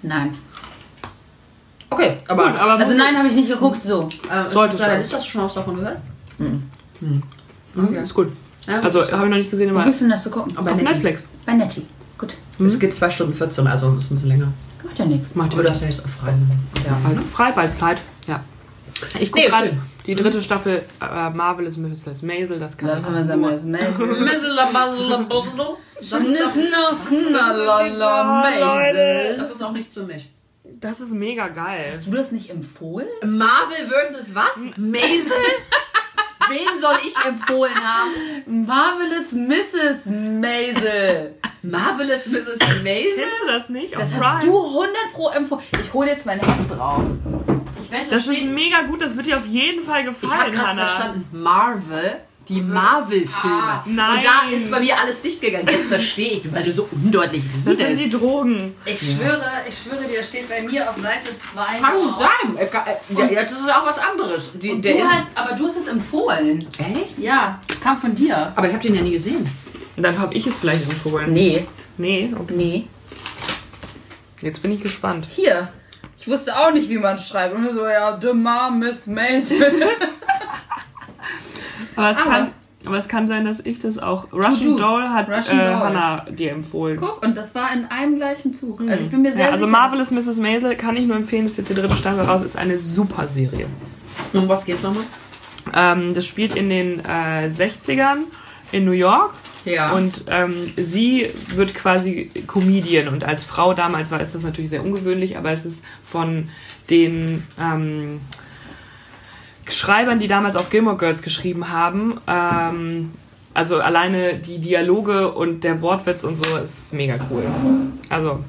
Speaker 5: Nein.
Speaker 7: Okay, aber,
Speaker 6: Gut, aber
Speaker 5: Also nein, habe ich nicht geguckt, so.
Speaker 7: äh,
Speaker 6: sollte
Speaker 7: Sarah,
Speaker 6: schon.
Speaker 7: Ist das schon was davon gehört?
Speaker 6: Mhm, ist gut.
Speaker 7: Ja, gut.
Speaker 6: Also habe ich noch nicht gesehen,
Speaker 5: Wo
Speaker 6: aber auf
Speaker 5: gibst du denn das zu gucken?
Speaker 7: Aber Netflix.
Speaker 6: Netflix.
Speaker 5: Bei Netty. Gut.
Speaker 7: Es geht 2 Stunden 14, also ist ein bisschen länger.
Speaker 5: Macht ja nichts.
Speaker 6: Macht
Speaker 7: Aber
Speaker 6: ihr
Speaker 7: du
Speaker 6: das?
Speaker 7: hast ja jetzt auch frei.
Speaker 6: Bald frei, bald Zeit. Ja. Ich gucke
Speaker 7: Nee,
Speaker 6: gerade
Speaker 7: schön.
Speaker 6: die dritte Staffel äh, Marvelous Mrs. Maisel. Das kann
Speaker 5: Das
Speaker 6: ich
Speaker 5: haben wir
Speaker 6: nur-
Speaker 5: damals.
Speaker 7: Das ist, auch, das ist auch nichts für mich.
Speaker 6: Uh, Das ist mega geil.
Speaker 5: Hast du das nicht empfohlen?
Speaker 7: Marvel vs. was? Maisel?
Speaker 5: Wen soll ich empfohlen haben? Marvelous Mrs. Maisel.
Speaker 7: Marvelous Mrs. Maisel?
Speaker 6: Kennst du das nicht?
Speaker 5: Das
Speaker 6: Auf
Speaker 5: hast
Speaker 6: Prime.
Speaker 5: du 100 Pro empfohlen. Ich hole jetzt mein Heft raus. Ich wette,
Speaker 6: Das ist
Speaker 5: steht-
Speaker 6: mega gut. Das wird dir auf jeden Fall
Speaker 7: Ich habe
Speaker 6: gefallen,
Speaker 7: gerade
Speaker 6: Hannah.
Speaker 7: verstanden, Marvel, die Marvel-Filme.
Speaker 6: nein.
Speaker 7: Und da ist bei mir alles dicht gegangen. Jetzt verstehe ich, weil du so undeutlich
Speaker 6: Das sind
Speaker 7: redest.
Speaker 6: die Drogen.
Speaker 5: ich schwöre, ich schwöre dir, das steht bei mir auf Seite 2.
Speaker 7: Kann gut sein. Äh, ka- äh, ja, Jetzt ist es auch was anderes. Die,
Speaker 5: Und
Speaker 7: der
Speaker 5: du
Speaker 7: ist-
Speaker 5: hast, aber du hast es empfohlen.
Speaker 7: Echt?
Speaker 5: Ja, es kam von dir.
Speaker 7: Aber ich habe den ja nie gesehen.
Speaker 6: Und dann habe ich es vielleicht empfohlen.
Speaker 5: Nee,
Speaker 6: Nee, okay.
Speaker 5: nee.
Speaker 6: Jetzt bin ich gespannt.
Speaker 5: Hier. Ich wusste auch nicht, wie man es schreibt. Und so, ja, The Mom, Miss Maisel.
Speaker 6: Aber es,
Speaker 5: Aber-
Speaker 6: kann, aber es kann sein, dass ich das auch. Russian
Speaker 5: Juice.
Speaker 6: Doll hat
Speaker 5: Russian
Speaker 6: äh,
Speaker 5: Doll.
Speaker 6: Hannah dir empfohlen.
Speaker 5: Guck, und das war in einem gleichen Zug. Also ich bin mir sehr
Speaker 6: Ja, also
Speaker 5: sicher.
Speaker 6: Marvelous Mrs. Maisel kann ich nur empfehlen, ist jetzt die dritte Staffel raus, ist eine super Serie.
Speaker 7: Um was geht's nochmal?
Speaker 6: Ähm, das spielt in den äh, 60ern in New York
Speaker 7: Ja. Und
Speaker 6: und ähm, sie wird quasi Comedian und als Frau damals war ist das natürlich sehr ungewöhnlich, aber es ist von den ähm, Schreibern, die damals auch Gilmore Girls geschrieben haben, ähm, Also alleine die Dialoge und der Wortwitz und so ist mega cool. Also,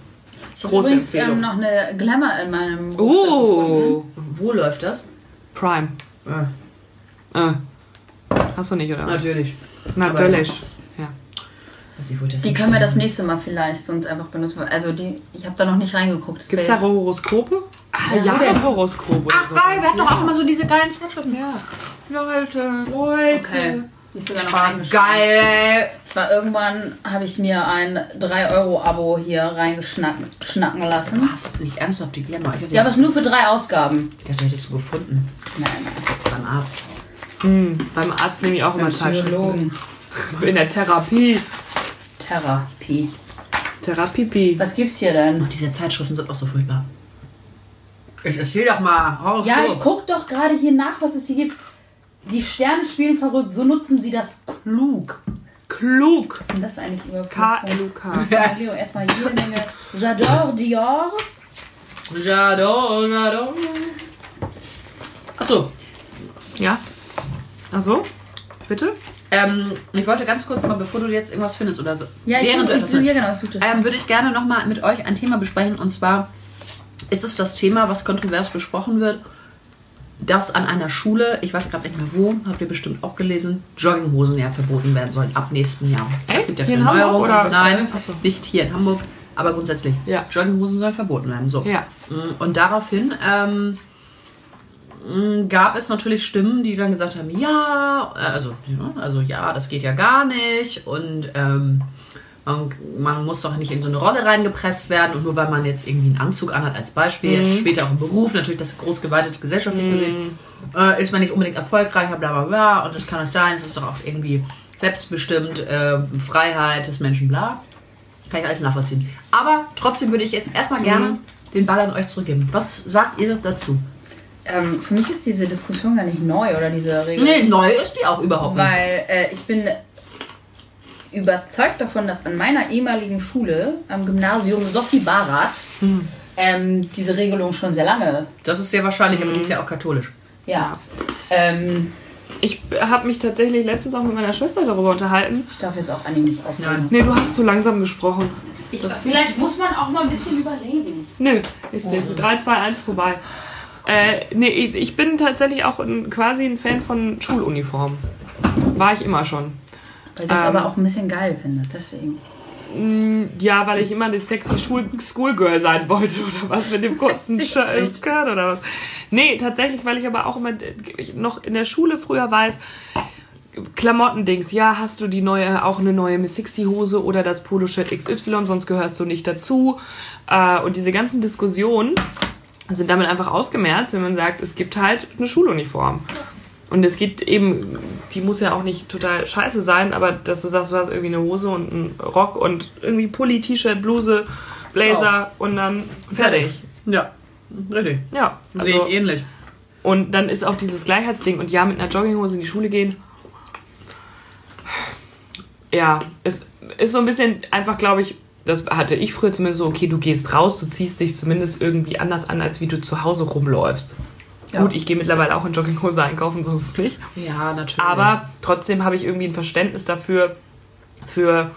Speaker 5: Ich habe
Speaker 6: Große
Speaker 5: übrigens ähm,
Speaker 6: Empfehlung.
Speaker 5: noch eine Glamour in meinem Rucksack gefunden.
Speaker 6: oh,
Speaker 7: Wo läuft das?
Speaker 6: Prime.
Speaker 7: Äh,
Speaker 6: Äh. Hast du nicht, oder?
Speaker 7: natürlich.
Speaker 6: Natürlich. Ja.
Speaker 7: Was ich wollte jetzt
Speaker 5: Die
Speaker 7: nicht
Speaker 5: können wir das
Speaker 7: sagen.
Speaker 5: nächste Mal vielleicht sonst einfach benutzen. Also die, ich habe da noch nicht reingeguckt. das
Speaker 6: Gibt es
Speaker 5: wär
Speaker 6: da Horoskope? Ah,
Speaker 5: Ja.
Speaker 6: Jahreshoroskope. oder
Speaker 7: Ach
Speaker 6: sowas.
Speaker 7: geil, wir hatten doch auch immer so diese geilen Zeitschriften.
Speaker 6: Ja.
Speaker 7: Leute.
Speaker 6: Leute.
Speaker 5: Okay. Die ist sogar noch reingeschnappt.
Speaker 7: Geil.
Speaker 5: Ich war irgendwann, habe ich mir ein 3-Euro-Abo hier reingeschnacken lassen.
Speaker 7: Hast du nicht ernsthaft die Glamour? Ich dachte,
Speaker 5: Ja, aber es ist nur für drei Ausgaben.
Speaker 7: ich dachte, hättest du gefunden.
Speaker 5: Nein,
Speaker 7: Beim Arzt.
Speaker 6: Hm, beim Arzt nehme ich auch immer Zeitschriften.
Speaker 5: Psychologen.
Speaker 6: In der Therapie.
Speaker 5: Therapie.
Speaker 6: Therapie.
Speaker 5: Was gibt's hier denn?
Speaker 7: Diese Zeitschriften sind auch so furchtbar. Ich erzähl doch mal. Hau
Speaker 5: Ja,
Speaker 7: los.
Speaker 5: ich guck doch gerade hier nach, was es hier gibt. Die Sterne spielen verrückt, so nutzen sie das klug.
Speaker 6: Klug.
Speaker 5: Was ist denn das eigentlich über
Speaker 6: K-L-U-K.
Speaker 5: Leo, erstmal jede Menge. J'adore Dior.
Speaker 7: Jado, Jado. Achso,
Speaker 6: Ja? Ach so? Bitte?
Speaker 7: ähm, ich wollte ganz kurz mal, bevor du jetzt irgendwas findest oder so.
Speaker 5: Ja, ich, such,
Speaker 7: während du
Speaker 5: ich,
Speaker 7: etwas
Speaker 5: such, ja, genau, ich such das.
Speaker 7: ähm, würde ich gerne nochmal mit euch ein Thema besprechen. Und zwar ist es das Thema, was kontrovers besprochen wird, dass an einer Schule, ich weiß gerade nicht mehr wo, habt ihr bestimmt auch gelesen, Jogginghosen ja verboten werden sollen ab nächsten Jahr.
Speaker 6: Echt?
Speaker 7: Es gibt ja
Speaker 6: Hier
Speaker 7: viele
Speaker 6: in Hamburg
Speaker 7: Neuerungen.
Speaker 6: oder-
Speaker 7: Nein,
Speaker 6: Ach so.
Speaker 7: nicht hier in Hamburg, aber grundsätzlich.
Speaker 6: Ja.
Speaker 7: Jogginghosen sollen verboten werden. So.
Speaker 6: Ja.
Speaker 7: Mm, Und daraufhin ähm, mm, gab es natürlich Stimmen, die dann gesagt haben, ja, äh, also, ja, also ja, das geht ja gar nicht und ähm, man, man muss doch nicht in so eine Rolle reingepresst werden und nur weil man jetzt irgendwie einen Anzug anhat als Beispiel, jetzt später auch im Beruf, natürlich das groß gewaltet gesellschaftlich gesehen, äh, ist man nicht unbedingt erfolgreicher, bla bla bla und das kann nicht sein, es ist doch auch irgendwie selbstbestimmt, äh, Freiheit des Menschen, bla. Kann ich alles nachvollziehen. Aber trotzdem würde ich jetzt erstmal gerne den Ball an euch zurückgeben. Was sagt ihr dazu?
Speaker 5: Ähm, für mich ist diese Diskussion gar nicht neu oder diese Regel.
Speaker 7: Nee, neu ist die auch überhaupt nicht.
Speaker 5: Weil äh, ich bin überzeugt davon, dass an meiner ehemaligen Schule, am Gymnasium Sophie Barat,
Speaker 7: Hm.
Speaker 5: ähm, diese Regelung schon sehr lange.
Speaker 7: Das ist sehr wahrscheinlich, aber die ist ja auch katholisch.
Speaker 5: Ja. Ähm,
Speaker 6: Ich habe mich tatsächlich letztens auch mit meiner Schwester darüber unterhalten.
Speaker 5: ich darf jetzt auch Anni nicht aussehen.
Speaker 6: Nee, du hast zu langsam gesprochen.
Speaker 5: vielleicht muss man auch mal ein bisschen überlegen.
Speaker 6: Nö, ist
Speaker 5: Oh.
Speaker 6: nicht. 3, 2, 1 vorbei. Äh, nee, ich, ich bin tatsächlich auch ein, quasi ein Fan von Schuluniformen. War ich immer schon.
Speaker 5: Weil du es
Speaker 6: Ähm.
Speaker 5: aber auch ein bisschen geil findest, deswegen.
Speaker 6: Ja, weil ich immer eine sexy Schul Schoolgirl sein wollte oder was mit dem kurzen Sch- Skirt oder was. Nee, tatsächlich, weil ich aber auch immer äh, ich noch in der Schule früher weiß, Klamottendings, ja, hast du die neue, auch eine neue Miss Sixty Hose oder das Poloshirt XY, sonst gehörst du nicht dazu. Äh, und diese ganzen Diskussionen sind damit einfach ausgemerzt, wenn man sagt, es gibt halt eine Schuluniform. Und es gibt eben, die muss ja auch nicht total scheiße sein, aber dass du sagst, du hast irgendwie eine Hose und einen Rock und irgendwie Pulli, T-Shirt, Bluse, Blazer und dann fertig.
Speaker 7: Ja, richtig.
Speaker 6: Ja, also,
Speaker 7: ähnlich.
Speaker 6: und dann ist auch dieses Gleichheitsding und ja, mit einer Jogginghose in die Schule gehen. Ja, es ist so ein bisschen einfach, glaube ich, das hatte ich früher zumindest so, okay, du gehst raus, du ziehst dich zumindest irgendwie anders an, als wie du zu Hause rumläufst. Gut, ich gehe mittlerweile auch in Jogginghose einkaufen, so ist es nicht.
Speaker 7: Ja, natürlich.
Speaker 6: Aber trotzdem habe ich irgendwie ein Verständnis dafür, für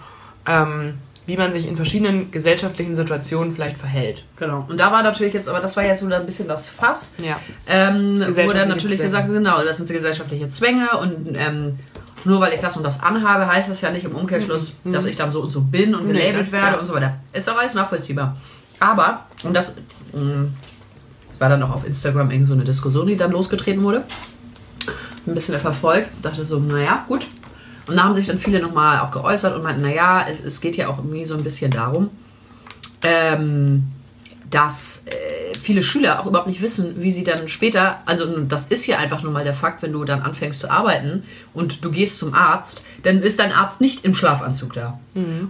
Speaker 6: ähm, wie man sich in verschiedenen gesellschaftlichen Situationen vielleicht verhält.
Speaker 7: Genau. Und da war natürlich jetzt, aber das war jetzt so ein bisschen das Fass.
Speaker 6: Ja.
Speaker 7: Ähm, wo
Speaker 6: Gesellschaftliche
Speaker 7: dann natürlich
Speaker 6: Zwänge.
Speaker 7: gesagt, genau, das sind gesellschaftliche Zwänge und ähm, nur weil ich das und das anhabe, heißt das ja nicht im Umkehrschluss, dass ich dann so und so bin und
Speaker 6: Mhm. Nee,
Speaker 7: gelabelt
Speaker 6: das-
Speaker 7: werde
Speaker 6: ja.
Speaker 7: und so weiter. Ist auch alles nachvollziehbar. Aber, und das, mh, das war dann auch auf Instagram irgend so eine Diskussion, die dann losgetreten wurde. Ein bisschen verfolgt, dachte so, naja, gut. Und da haben sich dann viele nochmal auch geäußert und meinten, naja, es, es geht ja auch irgendwie so ein bisschen darum, ähm, dass äh, viele Schüler auch überhaupt nicht wissen, wie sie dann später, also das ist hier einfach nur mal der Fakt, wenn du dann anfängst zu arbeiten und du gehst zum Arzt, dann ist dein Arzt nicht im Schlafanzug da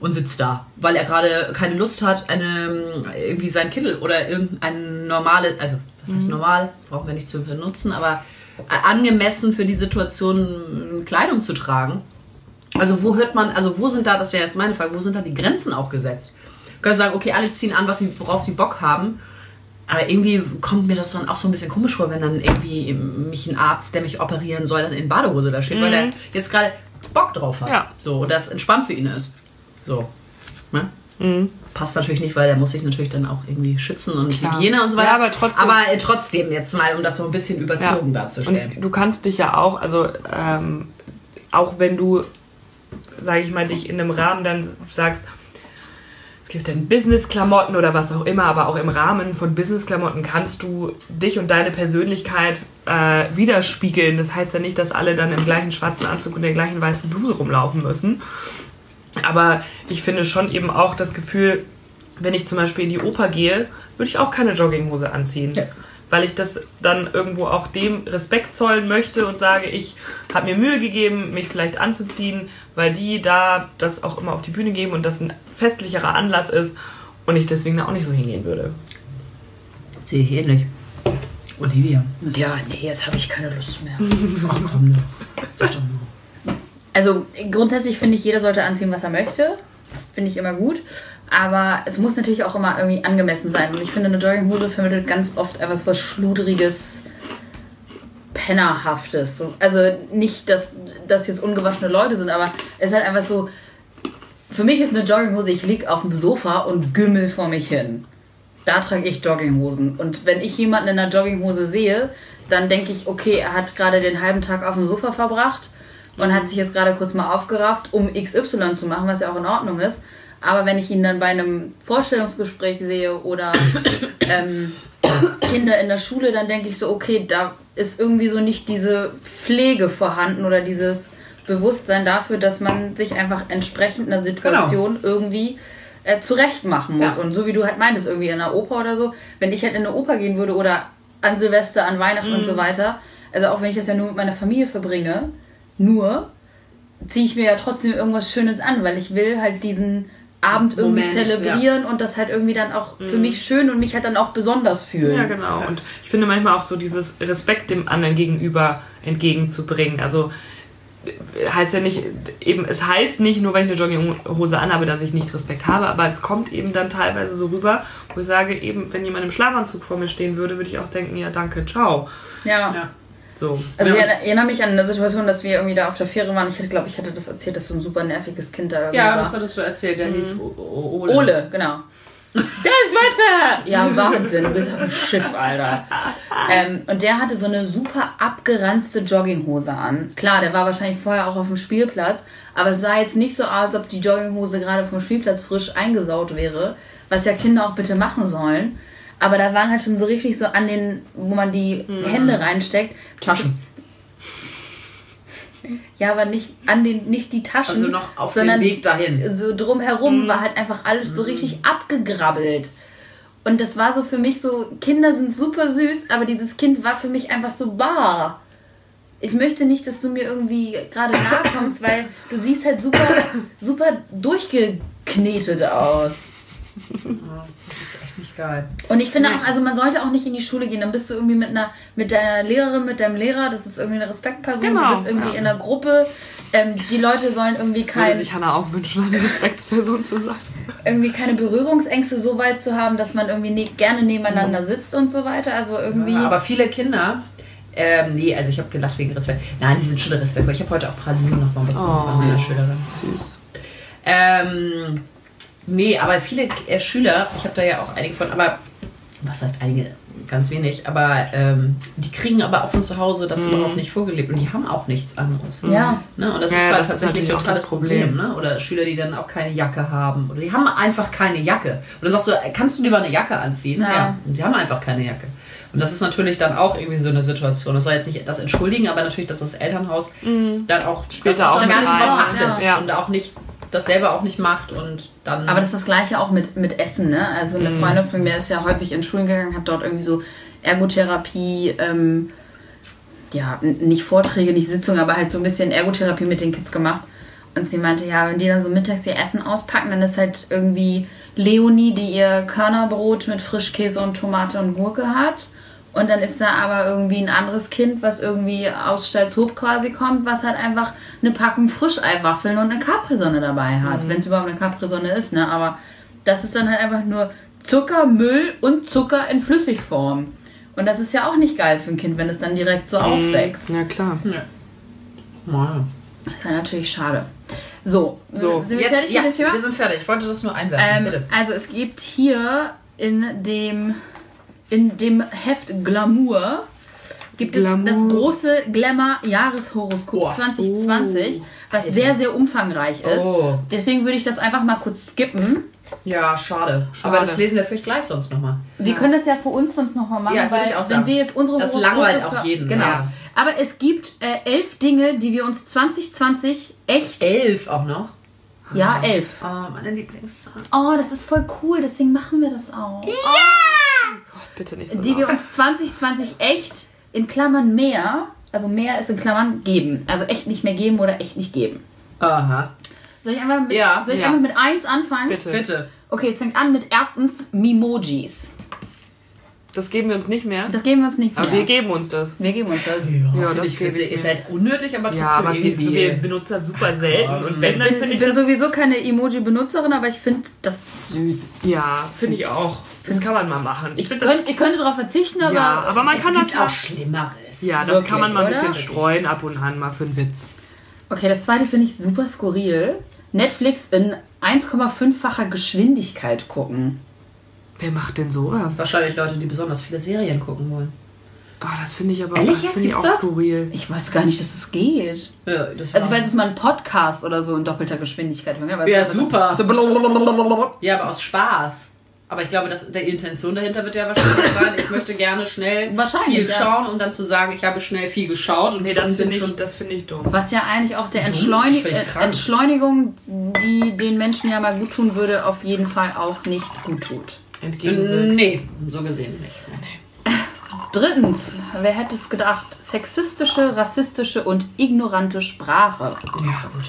Speaker 7: und sitzt da, weil er gerade keine Lust hat, eine, äh, irgendwie sein Kittel oder irgendein normale, also was heißt normal, brauchen wir nicht zu benutzen, aber a- angemessen für die Situation mh, Kleidung zu tragen. Also wo hört man, also wo sind da, das wäre jetzt meine Frage, wo sind da die Grenzen auch gesetzt? Können sagen, okay, alle ziehen an, was sie, worauf sie Bock haben. Aber irgendwie kommt mir das dann auch so ein bisschen komisch vor, wenn dann irgendwie mich ein Arzt, der mich operieren soll, dann in Badehose da steht, weil der jetzt gerade Bock drauf hat.
Speaker 6: Mhm. Ja.
Speaker 7: So, und das entspannt für ihn ist. So. Ne?
Speaker 6: Mhm.
Speaker 7: Passt natürlich nicht, weil der muss sich natürlich dann auch irgendwie schützen und Hygiene und so weiter.
Speaker 6: Ja, aber trotzdem.
Speaker 7: Aber äh, trotzdem jetzt mal, um das so ein bisschen überzogen
Speaker 6: Und es,
Speaker 7: darzustellen.
Speaker 6: du kannst dich ja auch, also ähm, auch wenn du, sage ich mal, dich in einem Rahmen dann sagst, es gibt dann Business-Klamotten oder was auch immer, aber auch im Rahmen von Business-Klamotten kannst du dich und deine Persönlichkeit äh, widerspiegeln. Das heißt ja nicht, dass alle dann im gleichen schwarzen Anzug und der gleichen weißen Bluse rumlaufen müssen. Aber ich finde schon eben auch das Gefühl, wenn ich zum Beispiel in die Oper gehe, würde ich auch keine Jogginghose anziehen.
Speaker 7: Ja.
Speaker 6: Weil ich das dann irgendwo auch dem Respekt zollen möchte und sage, ich habe mir Mühe gegeben, mich vielleicht anzuziehen, weil die da das auch immer auf die Bühne geben und das ein festlicherer Anlass ist und ich deswegen da auch nicht so hingehen würde.
Speaker 7: Sehe ich ähnlich. Olivia. Ja, nee, jetzt habe ich keine Lust mehr. Ach komm, ne. Sag doch mal.
Speaker 5: Also grundsätzlich finde ich, jeder sollte anziehen, was er möchte. Finde ich immer gut. Aber es muss natürlich auch immer irgendwie angemessen sein. Und ich finde, eine Jogginghose vermittelt ganz oft etwas was Schludriges, Pennerhaftes. So, Also nicht, dass das jetzt ungewaschene Leute sind, aber es ist halt einfach so. Für mich ist eine Jogginghose, ich lieg auf dem Sofa und gümmel vor mich hin. Da trage ich Jogginghosen. Und wenn ich jemanden in einer Jogginghose sehe, dann denke ich, okay, er hat gerade den halben Tag auf dem Sofa verbracht und hat sich jetzt gerade kurz mal aufgerafft, um XY zu machen, was ja auch in Ordnung ist. Aber wenn ich ihn dann bei einem Vorstellungsgespräch sehe oder ähm, Kinder in der Schule, dann denke ich so, okay, da ist irgendwie so nicht diese Pflege vorhanden oder dieses Bewusstsein dafür, dass man sich einfach entsprechend einer Situation irgendwie äh, zurecht machen muss. Und so wie du halt meintest, irgendwie in der Oper oder so, wenn ich halt in eine Oper gehen würde oder an Silvester, an Weihnachten und so weiter, also auch wenn ich das ja nur mit meiner Familie verbringe, nur ziehe ich mir ja trotzdem irgendwas Schönes an, weil ich will halt diesen Abend irgendwie
Speaker 7: Moment,
Speaker 5: zelebrieren und das halt irgendwie dann auch für mich schön und mich halt dann auch besonders fühlen.
Speaker 6: Ja, genau. Und ich finde manchmal auch so dieses Respekt dem anderen gegenüber entgegenzubringen. Also äh, heißt ja nicht, eben, es heißt nicht, nur weil ich eine Jogginghose anhabe, dass ich nicht Respekt habe, aber es kommt eben dann teilweise so rüber, wo ich sage, eben, wenn jemand im Schlafanzug vor mir stehen würde, würde ich auch denken, ja, danke, ciao.
Speaker 5: Ja.
Speaker 6: So.
Speaker 5: Also ich erinn- erinnere mich an eine Situation, dass wir irgendwie da auf der Fähre waren. Ich glaube, ich hatte das erzählt, dass so ein super nerviges Kind da irgendwie
Speaker 7: Ja,
Speaker 5: war.
Speaker 7: das hattest du erzählt.
Speaker 6: Mhm.
Speaker 7: Der hieß O- O- Ole.
Speaker 5: Ole, genau. Der ist weiter! Ja, Wahnsinn, du bist auf dem Schiff, Alter. Ähm, und der hatte so eine super abgeranzte Jogginghose an. Klar, der war wahrscheinlich vorher auch auf dem Spielplatz, aber es sah jetzt nicht so aus, als ob die Jogginghose gerade vom Spielplatz frisch eingesaut wäre, was ja Kinder auch bitte machen sollen. Aber da waren halt schon so richtig so an den, wo man die
Speaker 7: Mhm.
Speaker 5: Hände reinsteckt.
Speaker 7: Taschen.
Speaker 5: Ja, aber nicht an den, nicht die Taschen,
Speaker 7: Also noch auf dem
Speaker 5: sondern
Speaker 7: Weg dahin. Mhm.
Speaker 5: so drumherum war halt einfach alles so richtig abgegrabbelt. Und das war so für mich so, Kinder sind super süß, aber dieses Kind war für mich einfach so bar. Ich möchte nicht, dass du mir irgendwie gerade nahe kommst, weil du siehst halt super, super durchgeknetet aus.
Speaker 7: Das ist echt nicht geil.
Speaker 5: Und ich finde auch, also man sollte auch nicht in die Schule gehen. Dann bist du irgendwie mit einer, mit deiner Lehrerin, mit deinem Lehrer, das ist irgendwie eine Respektperson,
Speaker 6: Genau.
Speaker 5: du bist irgendwie in einer Gruppe. Ähm, die Leute sollen irgendwie
Speaker 6: Das würde
Speaker 5: kein
Speaker 6: sich Hannah auch wünschen, eine Respektsperson zu sein.
Speaker 5: irgendwie keine Berührungsängste so weit zu haben, dass man irgendwie ne gerne nebeneinander sitzt und so weiter. Also irgendwie.
Speaker 7: Ja, aber viele Kinder. Ähm, nee, also ich habe gelacht wegen Respekt. Nein, die sind schon Respekt. Ich habe heute auch Pralinen nochmal bekommen.
Speaker 6: Oh.
Speaker 7: Was eine Schülerin.
Speaker 6: Süß.
Speaker 7: Ähm, nee, aber viele äh, Schüler, ich habe da ja auch einige von, aber was heißt einige? Ganz wenig, aber ähm, die kriegen aber auch von zu Hause das überhaupt nicht vorgelebt und die haben auch nichts anderes.
Speaker 5: Ja.
Speaker 7: Ne? Und das
Speaker 6: Ja,
Speaker 7: ist
Speaker 6: ja,
Speaker 7: halt
Speaker 6: das ist
Speaker 7: tatsächlich
Speaker 6: natürlich auch
Speaker 7: total das
Speaker 6: das
Speaker 7: Problem.
Speaker 6: Problem.
Speaker 7: ne? Oder Schüler, die dann auch keine Jacke haben. Oder die haben einfach keine Jacke. Und dann sagst du, äh, kannst du dir mal eine Jacke anziehen?
Speaker 5: Ja.
Speaker 7: Und die haben einfach keine Jacke. Und das ist natürlich dann auch irgendwie so eine Situation. Das soll jetzt nicht das entschuldigen, aber natürlich, dass das Elternhaus dann auch
Speaker 6: Später Mhm. auch
Speaker 7: dann gar
Speaker 6: mit
Speaker 7: nicht drauf
Speaker 5: rein.
Speaker 7: achtet
Speaker 6: Ja.
Speaker 7: und auch nicht das selber auch nicht macht und dann.
Speaker 5: Aber das ist das gleiche auch mit, mit Essen, ne? Also eine Freundin von mir ist ja häufig in Schulen gegangen, hat dort irgendwie so Ergotherapie, ähm, ja, n- nicht Vorträge, nicht Sitzungen, aber halt so ein bisschen Ergotherapie mit den Kids gemacht. Und sie meinte, ja, wenn die dann so mittags ihr Essen auspacken, dann ist halt irgendwie Leonie, die ihr Körnerbrot mit Frischkäse und Tomate und Gurke hat. Und dann ist da aber irgendwie ein anderes Kind, was irgendwie aus Stalzhoop quasi kommt, was halt einfach eine Packung Frischeiwaffeln und eine Capri-Sonne dabei hat. Wenn es überhaupt eine Capri-Sonne ist, ne? Aber das ist dann halt einfach nur Zucker, Müll und Zucker in Flüssigform. Und das ist
Speaker 7: Mhm.
Speaker 5: ja auch nicht geil für ein Kind, wenn es dann direkt so aufwächst.
Speaker 6: Ja, klar.
Speaker 7: Mal.
Speaker 5: Das war natürlich schade. So,
Speaker 6: So,
Speaker 5: sind wir
Speaker 7: Jetzt,
Speaker 5: fertig
Speaker 7: ja,
Speaker 5: mit dem Thema?
Speaker 7: wir sind fertig. Ich wollte das nur einwerfen.
Speaker 5: Ähm,
Speaker 7: Bitte.
Speaker 5: also es gibt hier in dem, in dem Heft Glamour gibt es
Speaker 6: Glamour.
Speaker 5: das große Glamour Jahreshoroskop 2020, was sehr, sehr umfangreich ist.
Speaker 7: Oh.
Speaker 5: Deswegen würde ich das einfach mal kurz skippen.
Speaker 7: Ja, schade. Aber das lesen wir vielleicht gleich sonst nochmal.
Speaker 5: Wir können das ja für uns sonst nochmal machen,
Speaker 7: Ja, würde
Speaker 5: weil
Speaker 7: ich auch
Speaker 5: wenn
Speaker 7: sagen.
Speaker 5: wir jetzt unsere
Speaker 7: Das
Speaker 5: Horoskope
Speaker 7: langweilt auch
Speaker 5: ver-
Speaker 7: jeden,
Speaker 5: Genau.
Speaker 7: ja.
Speaker 5: Aber es gibt äh, elf Dinge, die wir uns 2020 echt...
Speaker 7: Elf auch noch.
Speaker 5: Ja, elf.
Speaker 7: Oh, meine Lieblingszahl.
Speaker 5: Oh, das ist voll cool, deswegen machen wir das auch.
Speaker 6: Bitte nicht so
Speaker 5: die wir
Speaker 6: laut.
Speaker 5: uns 2020 echt in Klammern mehr, also mehr ist in Klammern geben. Also echt nicht mehr geben oder echt nicht geben.
Speaker 7: Aha.
Speaker 5: Soll ich einfach mit,
Speaker 7: Ja,
Speaker 5: soll ich
Speaker 6: ja.
Speaker 5: einfach mit eins anfangen?
Speaker 6: Bitte.
Speaker 7: Bitte.
Speaker 5: Okay, es fängt an mit erstens Mimojis.
Speaker 6: Das geben wir uns nicht mehr.
Speaker 5: Das geben wir uns nicht mehr.
Speaker 6: aber wir geben uns das.
Speaker 5: Wir geben uns das.
Speaker 6: Ja,
Speaker 7: Finde
Speaker 6: das
Speaker 7: ich witzig. Ist
Speaker 6: mir.
Speaker 7: halt unnötig, aber trotzdem
Speaker 6: Ja, aber wir,
Speaker 7: irgendwie.
Speaker 6: wir benutzen das super selten. Und wenn, dann
Speaker 5: Ich
Speaker 6: finde
Speaker 5: bin,
Speaker 6: ich
Speaker 5: bin
Speaker 6: das...
Speaker 5: sowieso keine Emoji-Benutzerin, aber ich finde das süß.
Speaker 6: Ja, finde ich auch. Das kann man mal machen. Ich
Speaker 5: Ich,
Speaker 6: finde das...
Speaker 5: könnt, ich könnte darauf verzichten, aber.
Speaker 6: Ja, aber man
Speaker 7: es
Speaker 6: kann
Speaker 7: gibt
Speaker 6: das mal...
Speaker 7: auch Schlimmeres.
Speaker 6: Ja, das kann man mal ein
Speaker 5: oder?
Speaker 6: bisschen streuen ab und an, mal für einen Witz.
Speaker 5: Okay, das zweite finde ich super skurril. Netflix in 1,5-facher Geschwindigkeit gucken.
Speaker 6: Wer macht denn sowas?
Speaker 7: Wahrscheinlich Leute, die besonders viele Serien gucken wollen.
Speaker 6: Oh, das finde ich aber
Speaker 5: Ehrlich
Speaker 6: das
Speaker 5: jetzt?
Speaker 6: finde ich
Speaker 5: Gibt's
Speaker 6: auch
Speaker 5: das?
Speaker 6: skurril.
Speaker 5: Ich weiß gar nicht, dass es geht.
Speaker 7: Ja, das
Speaker 5: Also ich
Speaker 7: war-
Speaker 5: weiß, dass man einen Podcast oder so in doppelter Geschwindigkeit hören kann. weil es
Speaker 7: Ja,
Speaker 5: also-
Speaker 7: super.
Speaker 5: So blablabla.
Speaker 7: Ja, aber aus Spaß. Aber ich glaube, dass der Intention dahinter wird ja wahrscheinlich sein, ich möchte gerne schnell
Speaker 5: Wahrscheinlich,
Speaker 7: viel
Speaker 5: ja.
Speaker 7: schauen, um dann zu sagen, ich habe schnell viel geschaut und
Speaker 6: Nee,
Speaker 7: schon
Speaker 6: das
Speaker 7: bin
Speaker 6: finde ich,
Speaker 7: schon
Speaker 6: das finde ich dumm.
Speaker 5: Was ja eigentlich auch der
Speaker 7: das
Speaker 5: Entschleunig
Speaker 7: finde ich
Speaker 5: äh,
Speaker 7: krank.
Speaker 5: Entschleunigung, die den Menschen ja mal gut tun würde, auf jeden Fall auch nicht gut tut.
Speaker 7: Äh,
Speaker 6: Entgegenwirkt.
Speaker 7: Nee, so gesehen nicht. Nee.
Speaker 5: Drittens, wer hätte es gedacht? Sexistische, rassistische und ignorante Sprache.
Speaker 7: Ja, gut.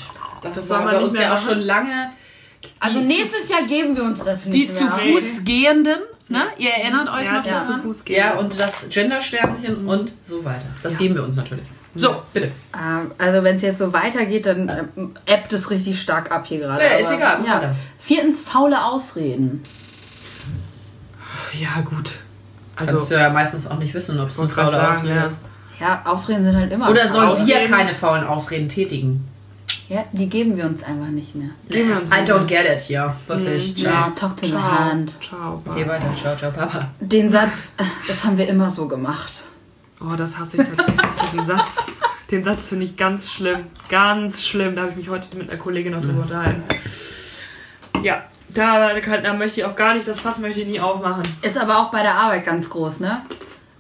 Speaker 7: Das,
Speaker 6: soll
Speaker 7: war
Speaker 6: man
Speaker 7: bei
Speaker 6: nicht
Speaker 7: uns
Speaker 6: mehr
Speaker 7: ja auch
Speaker 6: machen.
Speaker 7: schon lange
Speaker 5: Also nächstes Jahr geben wir uns das
Speaker 7: die
Speaker 5: nicht
Speaker 7: zu
Speaker 5: mehr.
Speaker 7: Fuß gehenden, ne? Ihr erinnert euch noch
Speaker 6: Ja,
Speaker 7: daran?
Speaker 6: zu Fuß gehen. Mhm.
Speaker 7: Ja, und das Gendersternchen und so weiter. Das geben wir uns natürlich. So, bitte.
Speaker 5: Ähm, Also wenn es jetzt so weitergeht, dann ähm, ebbt es richtig stark ab hier gerade.
Speaker 7: Ja, ist
Speaker 5: aber-
Speaker 7: egal, mach
Speaker 5: Ja.
Speaker 7: weiter.
Speaker 5: Viertens, faule Ausreden.
Speaker 6: Ja, gut.
Speaker 7: Kannst
Speaker 6: Also,
Speaker 7: du ja meistens auch nicht wissen, ob es eine
Speaker 6: Wollte grad
Speaker 7: faule
Speaker 6: sagen,
Speaker 7: Ausrede
Speaker 6: ja.
Speaker 7: ist.
Speaker 5: Ja, Ausreden sind halt immer.
Speaker 7: Oder sollen
Speaker 6: Ausreden.
Speaker 7: wir keine faulen Ausreden tätigen?
Speaker 5: Ja, die geben wir uns einfach nicht mehr.
Speaker 6: gehen wir
Speaker 7: I
Speaker 6: uns. Mhm.
Speaker 7: don't get it, ja. Wirklich. Ciao.
Speaker 5: Ja, talk to the
Speaker 6: Ciao.
Speaker 5: hand.
Speaker 6: Ciao. Bye.
Speaker 7: Geh weiter. Ciao, ciao, Papa.
Speaker 5: Den Satz, äh, das haben wir immer so gemacht.
Speaker 6: Oh, das hasse ich tatsächlich, diesen Satz. Den Satz finde ich ganz schlimm. Ganz schlimm. Da habe ich mich heute mit einer Kollegin noch
Speaker 7: Mhm.
Speaker 6: drüber unterhalten. Ja, da, kann- da möchte ich auch gar nicht, das Fass möchte ich nie aufmachen.
Speaker 5: Ist aber auch bei der Arbeit ganz groß, ne?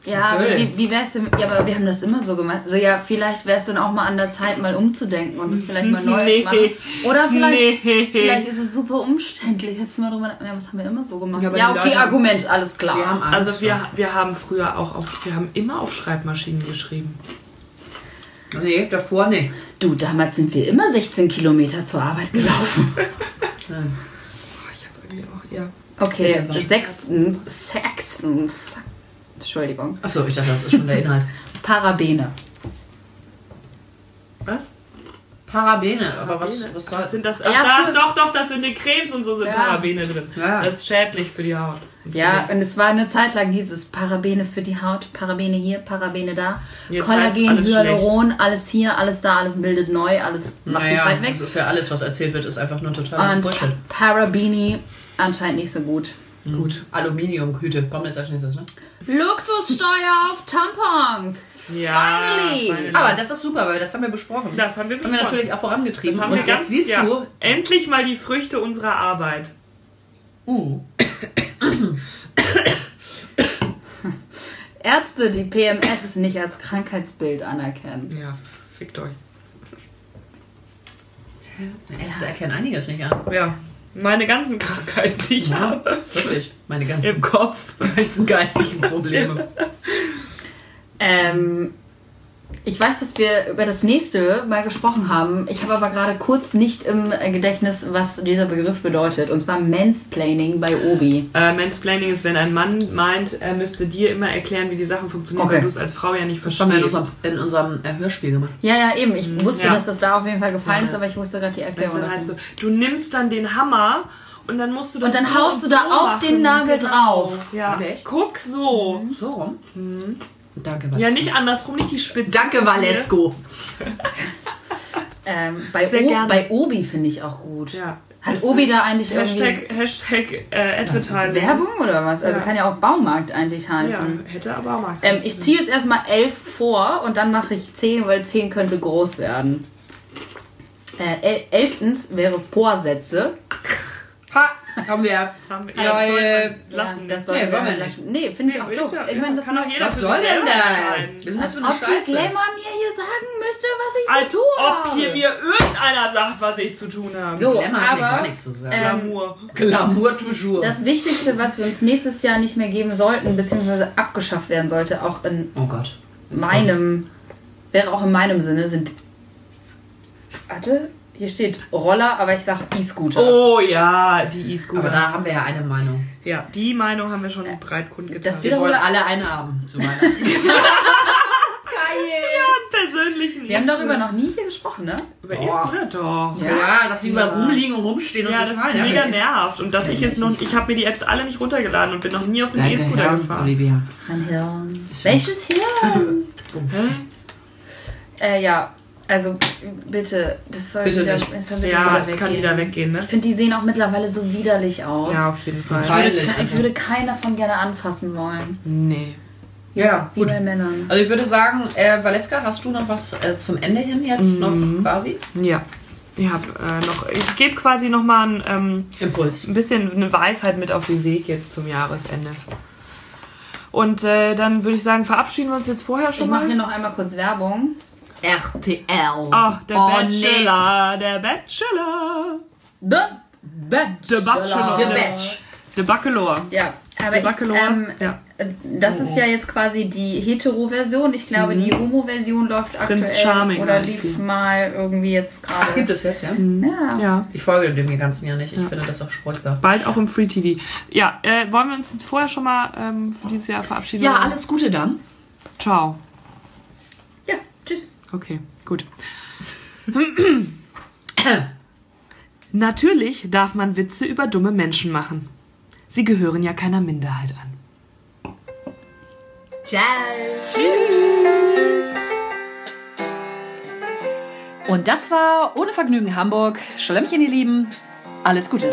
Speaker 5: Ja, aber
Speaker 7: Natürlich.
Speaker 5: wie, wie wär's denn, ja, aber wir haben das immer so gemacht. So, ja, vielleicht wär's dann auch mal an der Zeit, mal umzudenken und es vielleicht mal neu
Speaker 6: Nee.
Speaker 5: zu machen. Oder vielleicht,
Speaker 6: Nee.
Speaker 5: vielleicht ist es super umständlich. Jetzt mal drüber, nach- ja, was haben wir immer so gemacht? Ja,
Speaker 7: aber die
Speaker 5: okay,
Speaker 7: Leute-
Speaker 5: Argument, alles klar.
Speaker 7: Wir haben Angst.
Speaker 6: Also wir, wir haben früher auch auf, wir haben immer auf Schreibmaschinen geschrieben.
Speaker 7: Nee, davor nicht.
Speaker 5: Du, damals sind wir immer 16 Kilometer zur Arbeit gelaufen.
Speaker 6: Oh, ich habe irgendwie auch, ja.
Speaker 5: Okay,
Speaker 7: Bitte, was?
Speaker 5: sechstens, sechstens, Entschuldigung,
Speaker 7: Achso, ich dachte, das ist schon der Inhalt.
Speaker 5: Parabene.
Speaker 6: Was?
Speaker 7: Parabene, aber was, was soll
Speaker 6: Was sind das? Ach,
Speaker 5: Ja,
Speaker 6: da,
Speaker 5: für-
Speaker 6: doch, doch, das sind die Cremes und so sind
Speaker 5: Ja.
Speaker 6: Parabene drin.
Speaker 7: Ja.
Speaker 6: Das ist schädlich für die Haut.
Speaker 5: Ja, und es war eine Zeit lang dieses Parabene für die Haut, Parabene hier, Parabene da,
Speaker 6: Jetzt heißt
Speaker 5: Kollagen,
Speaker 6: alles
Speaker 5: Hyaluron, alles hier, alles da, alles bildet neu, alles macht die
Speaker 7: Naja,
Speaker 5: Zeit weg.
Speaker 7: das ist ja alles, was erzählt wird, ist einfach nur total
Speaker 5: Und
Speaker 7: Bullshit.
Speaker 5: Parabini anscheinend nicht so gut.
Speaker 7: Gut. Aluminiumhüte. Kommt jetzt als nächstes, ne?
Speaker 5: Luxussteuer auf Tampons.
Speaker 6: Ja,
Speaker 5: Finally.
Speaker 6: finally.
Speaker 7: Aber das ist super, weil das haben wir besprochen.
Speaker 6: Genau. Das haben wir
Speaker 7: haben wir
Speaker 6: besprochen.
Speaker 7: natürlich auch vorangetrieben.
Speaker 6: das haben
Speaker 7: Und
Speaker 6: wir ganz,
Speaker 7: jetzt siehst
Speaker 6: ja,
Speaker 7: du,
Speaker 6: endlich mal die Früchte unserer Arbeit.
Speaker 7: uh,
Speaker 5: Ärzte, die PMS nicht als Krankheitsbild anerkennen.
Speaker 6: Ja, fickt euch.
Speaker 7: Ärzte erkennen einiges nicht an.
Speaker 6: Ja, meine ganzen Krankheiten, die ich habe.
Speaker 7: Wirklich, meine
Speaker 6: Im
Speaker 7: ganzen,
Speaker 6: Kopf.
Speaker 7: ganzen geistigen Probleme.
Speaker 5: Ähm, ich weiß, dass wir über das nächste mal gesprochen haben. Ich habe aber gerade kurz nicht im äh, Gedächtnis, was dieser Begriff bedeutet. Und zwar Mansplaining bei Obi.
Speaker 6: Äh, Mansplaining ist, wenn ein Mann meint, er müsste dir immer erklären, wie die Sachen funktionieren,
Speaker 5: Okay.
Speaker 6: weil du es als Frau ja nicht
Speaker 7: Das haben wir in
Speaker 6: verstehst.
Speaker 7: unserem, in unserem äh, Hörspiel gemacht.
Speaker 5: Ja, ja, eben. Ich wusste,
Speaker 6: Mhm. ja.
Speaker 5: dass das da auf jeden Fall gefallen ist, aber ich wusste gerade die
Speaker 6: Wenn's
Speaker 5: Erklärung.
Speaker 6: dann heißt
Speaker 5: davon.
Speaker 6: so, du also nimmst dann den Hammer und dann musst du
Speaker 5: Und dann
Speaker 6: so
Speaker 5: haust du da
Speaker 6: so
Speaker 5: auf
Speaker 6: machen.
Speaker 5: den
Speaker 6: Genau.
Speaker 5: Nagel drauf. Mhm.
Speaker 6: Ja,
Speaker 7: Echt?
Speaker 6: guck so.
Speaker 7: So rum? Danke, Val.
Speaker 6: Ja, nicht andersrum, nicht die Spitze.
Speaker 7: Danke, Valesco.
Speaker 5: Ähm, bei,
Speaker 6: Sehr
Speaker 5: o
Speaker 6: gerne.
Speaker 5: bei Obi finde ich auch gut.
Speaker 6: Ja.
Speaker 5: Hat
Speaker 6: Ist,
Speaker 5: Obi
Speaker 6: äh,
Speaker 5: da eigentlich irgendwie
Speaker 6: Hashtag, Hashtag äh, Advertising.
Speaker 5: Werbung oder was? Also
Speaker 6: Ja.
Speaker 5: kann ja auch Baumarkt eigentlich
Speaker 6: Ja,
Speaker 5: heißen.
Speaker 6: hätte aber auch mal.
Speaker 5: Ähm, ich ziehe jetzt erstmal 11 vor und dann mache ich 10, weil 10 könnte groß werden. Äh, el elftens wäre Vorsätze.
Speaker 7: Ha! Haben wir.
Speaker 6: Haben wir-
Speaker 7: Ja,
Speaker 6: soll
Speaker 7: äh,
Speaker 6: man lassen.
Speaker 5: Ja, das soll
Speaker 7: Nee, wollen wir
Speaker 5: nee,
Speaker 7: nicht.
Speaker 5: nee finde ich
Speaker 6: Nee,
Speaker 5: auch
Speaker 6: ist
Speaker 5: doof.
Speaker 6: ja-
Speaker 5: ich
Speaker 6: ja,
Speaker 5: meine, das
Speaker 6: kann
Speaker 5: macht-
Speaker 6: auch jeder
Speaker 7: Was
Speaker 6: für
Speaker 7: soll
Speaker 6: sich
Speaker 7: denn
Speaker 6: selber
Speaker 7: da?
Speaker 6: entscheiden.
Speaker 7: Was ist denn das für eine
Speaker 5: Ob die
Speaker 7: Scheiße?
Speaker 5: Glamour mir hier sagen müsste, was ich
Speaker 6: Als
Speaker 5: zu tun
Speaker 6: ob
Speaker 5: habe.
Speaker 6: hier mir irgendeiner sagt, was ich zu tun habe.
Speaker 5: so,
Speaker 7: Glamour hat mir gar
Speaker 5: aber
Speaker 7: nichts zu sagen.
Speaker 6: äh,
Speaker 5: ähm,
Speaker 6: Glamour.
Speaker 7: Glamour toujours.
Speaker 5: das Wichtigste, was wir uns nächstes Jahr nicht mehr geben sollten, beziehungsweise abgeschafft werden sollte, auch in
Speaker 7: oh Gott. Jetzt
Speaker 5: meinem, wäre auch in meinem Sinne, sind. Warte, hier steht Roller, aber ich sag E-Scooter.
Speaker 6: Oh ja, die
Speaker 7: kommt's. Aber
Speaker 6: E-Scooter.
Speaker 7: da haben wir ja eine Meinung.
Speaker 6: Ja, die Meinung haben wir schon breit kundgetan.
Speaker 5: Das
Speaker 7: Wir
Speaker 5: wiederum-
Speaker 7: wollen alle eine haben zu Weihnachten.
Speaker 6: persönlich nicht.
Speaker 5: Wir haben darüber noch nie hier gesprochen, ne?
Speaker 6: Über
Speaker 7: Oh.
Speaker 6: E-Scooter doch.
Speaker 7: ja, dass sie überall rumliegen und rumstehen
Speaker 6: Ja,
Speaker 7: und so
Speaker 6: das ist
Speaker 7: total
Speaker 6: mega
Speaker 7: nervig.
Speaker 6: nervt. Und dass ich jetzt noch, ich habe mir die Apps alle nicht runtergeladen und bin noch nie auf einem
Speaker 7: Danke,
Speaker 6: E-Scooter
Speaker 7: Herr
Speaker 6: gefahren.
Speaker 7: Olivia.
Speaker 5: Mein Hirn. Welches Hirn? äh, ja, also bitte, das soll
Speaker 7: Bitte
Speaker 5: wieder,
Speaker 7: nicht.
Speaker 5: Das soll bitte
Speaker 6: Ja,
Speaker 5: wieder
Speaker 6: das
Speaker 5: weggehen.
Speaker 6: kann wieder weggehen, ne?
Speaker 5: Ich finde, die sehen auch mittlerweile so widerlich aus.
Speaker 6: Ja, auf jeden Fall.
Speaker 7: Fall.
Speaker 5: ich, würde,
Speaker 7: Peinlich,
Speaker 5: ke- ich
Speaker 7: Alter.
Speaker 5: würde keinen davon gerne anfassen wollen.
Speaker 6: Nee.
Speaker 7: Ja,
Speaker 5: Wie
Speaker 7: gut.
Speaker 5: bei Männern.
Speaker 7: Also ich würde sagen, äh, Valeska, hast du noch was äh, zum Ende hin jetzt noch quasi?
Speaker 6: Ja. Ich hab äh, noch, ich gebe quasi nochmal ein, ähm,
Speaker 7: Impuls.
Speaker 6: ein bisschen eine Weisheit mit auf den Weg jetzt zum Jahresende. Und äh, dann würde ich sagen, verabschieden wir uns jetzt vorher
Speaker 5: Ich
Speaker 6: schon
Speaker 5: mache
Speaker 6: mal.
Speaker 5: hier noch einmal kurz Werbung.
Speaker 2: RTL.
Speaker 6: Ach, Ah, der
Speaker 2: Oh,
Speaker 6: Bachelor, der Bachelor.
Speaker 5: Ne?
Speaker 6: The Bachelor.
Speaker 7: The Batch.
Speaker 6: The Bachelor.
Speaker 5: Ja, aber
Speaker 6: The
Speaker 5: ich,
Speaker 6: Bachelor.
Speaker 5: ähm,
Speaker 6: ja. Oh,
Speaker 5: das ist ja jetzt quasi die Hetero-Version. Ich glaube, die Homo-Version läuft
Speaker 6: Mhm. Prinz
Speaker 5: aktuell
Speaker 6: Charming
Speaker 5: oder
Speaker 6: heißt
Speaker 5: lief
Speaker 6: sie.
Speaker 5: mal irgendwie jetzt gerade.
Speaker 7: Ach, gibt es jetzt, ja?
Speaker 5: Ja.
Speaker 6: ja.
Speaker 7: Ich folge dem hier ganzen ja nicht. Ich finde das auch spräuchbar.
Speaker 6: Bald auch im Free TV. Ja, äh, wollen wir uns jetzt vorher schon mal ähm, für dieses Jahr verabschieden?
Speaker 2: Ja, alles Gute dann.
Speaker 6: Ciao.
Speaker 5: ja, tschüss.
Speaker 6: Okay, gut. Natürlich darf man Witze über dumme Menschen machen. Sie gehören ja keiner Minderheit an.
Speaker 4: Und das war Ohne Vergnügen Hamburg. Schlemmchen, ihr Lieben. Alles Gute.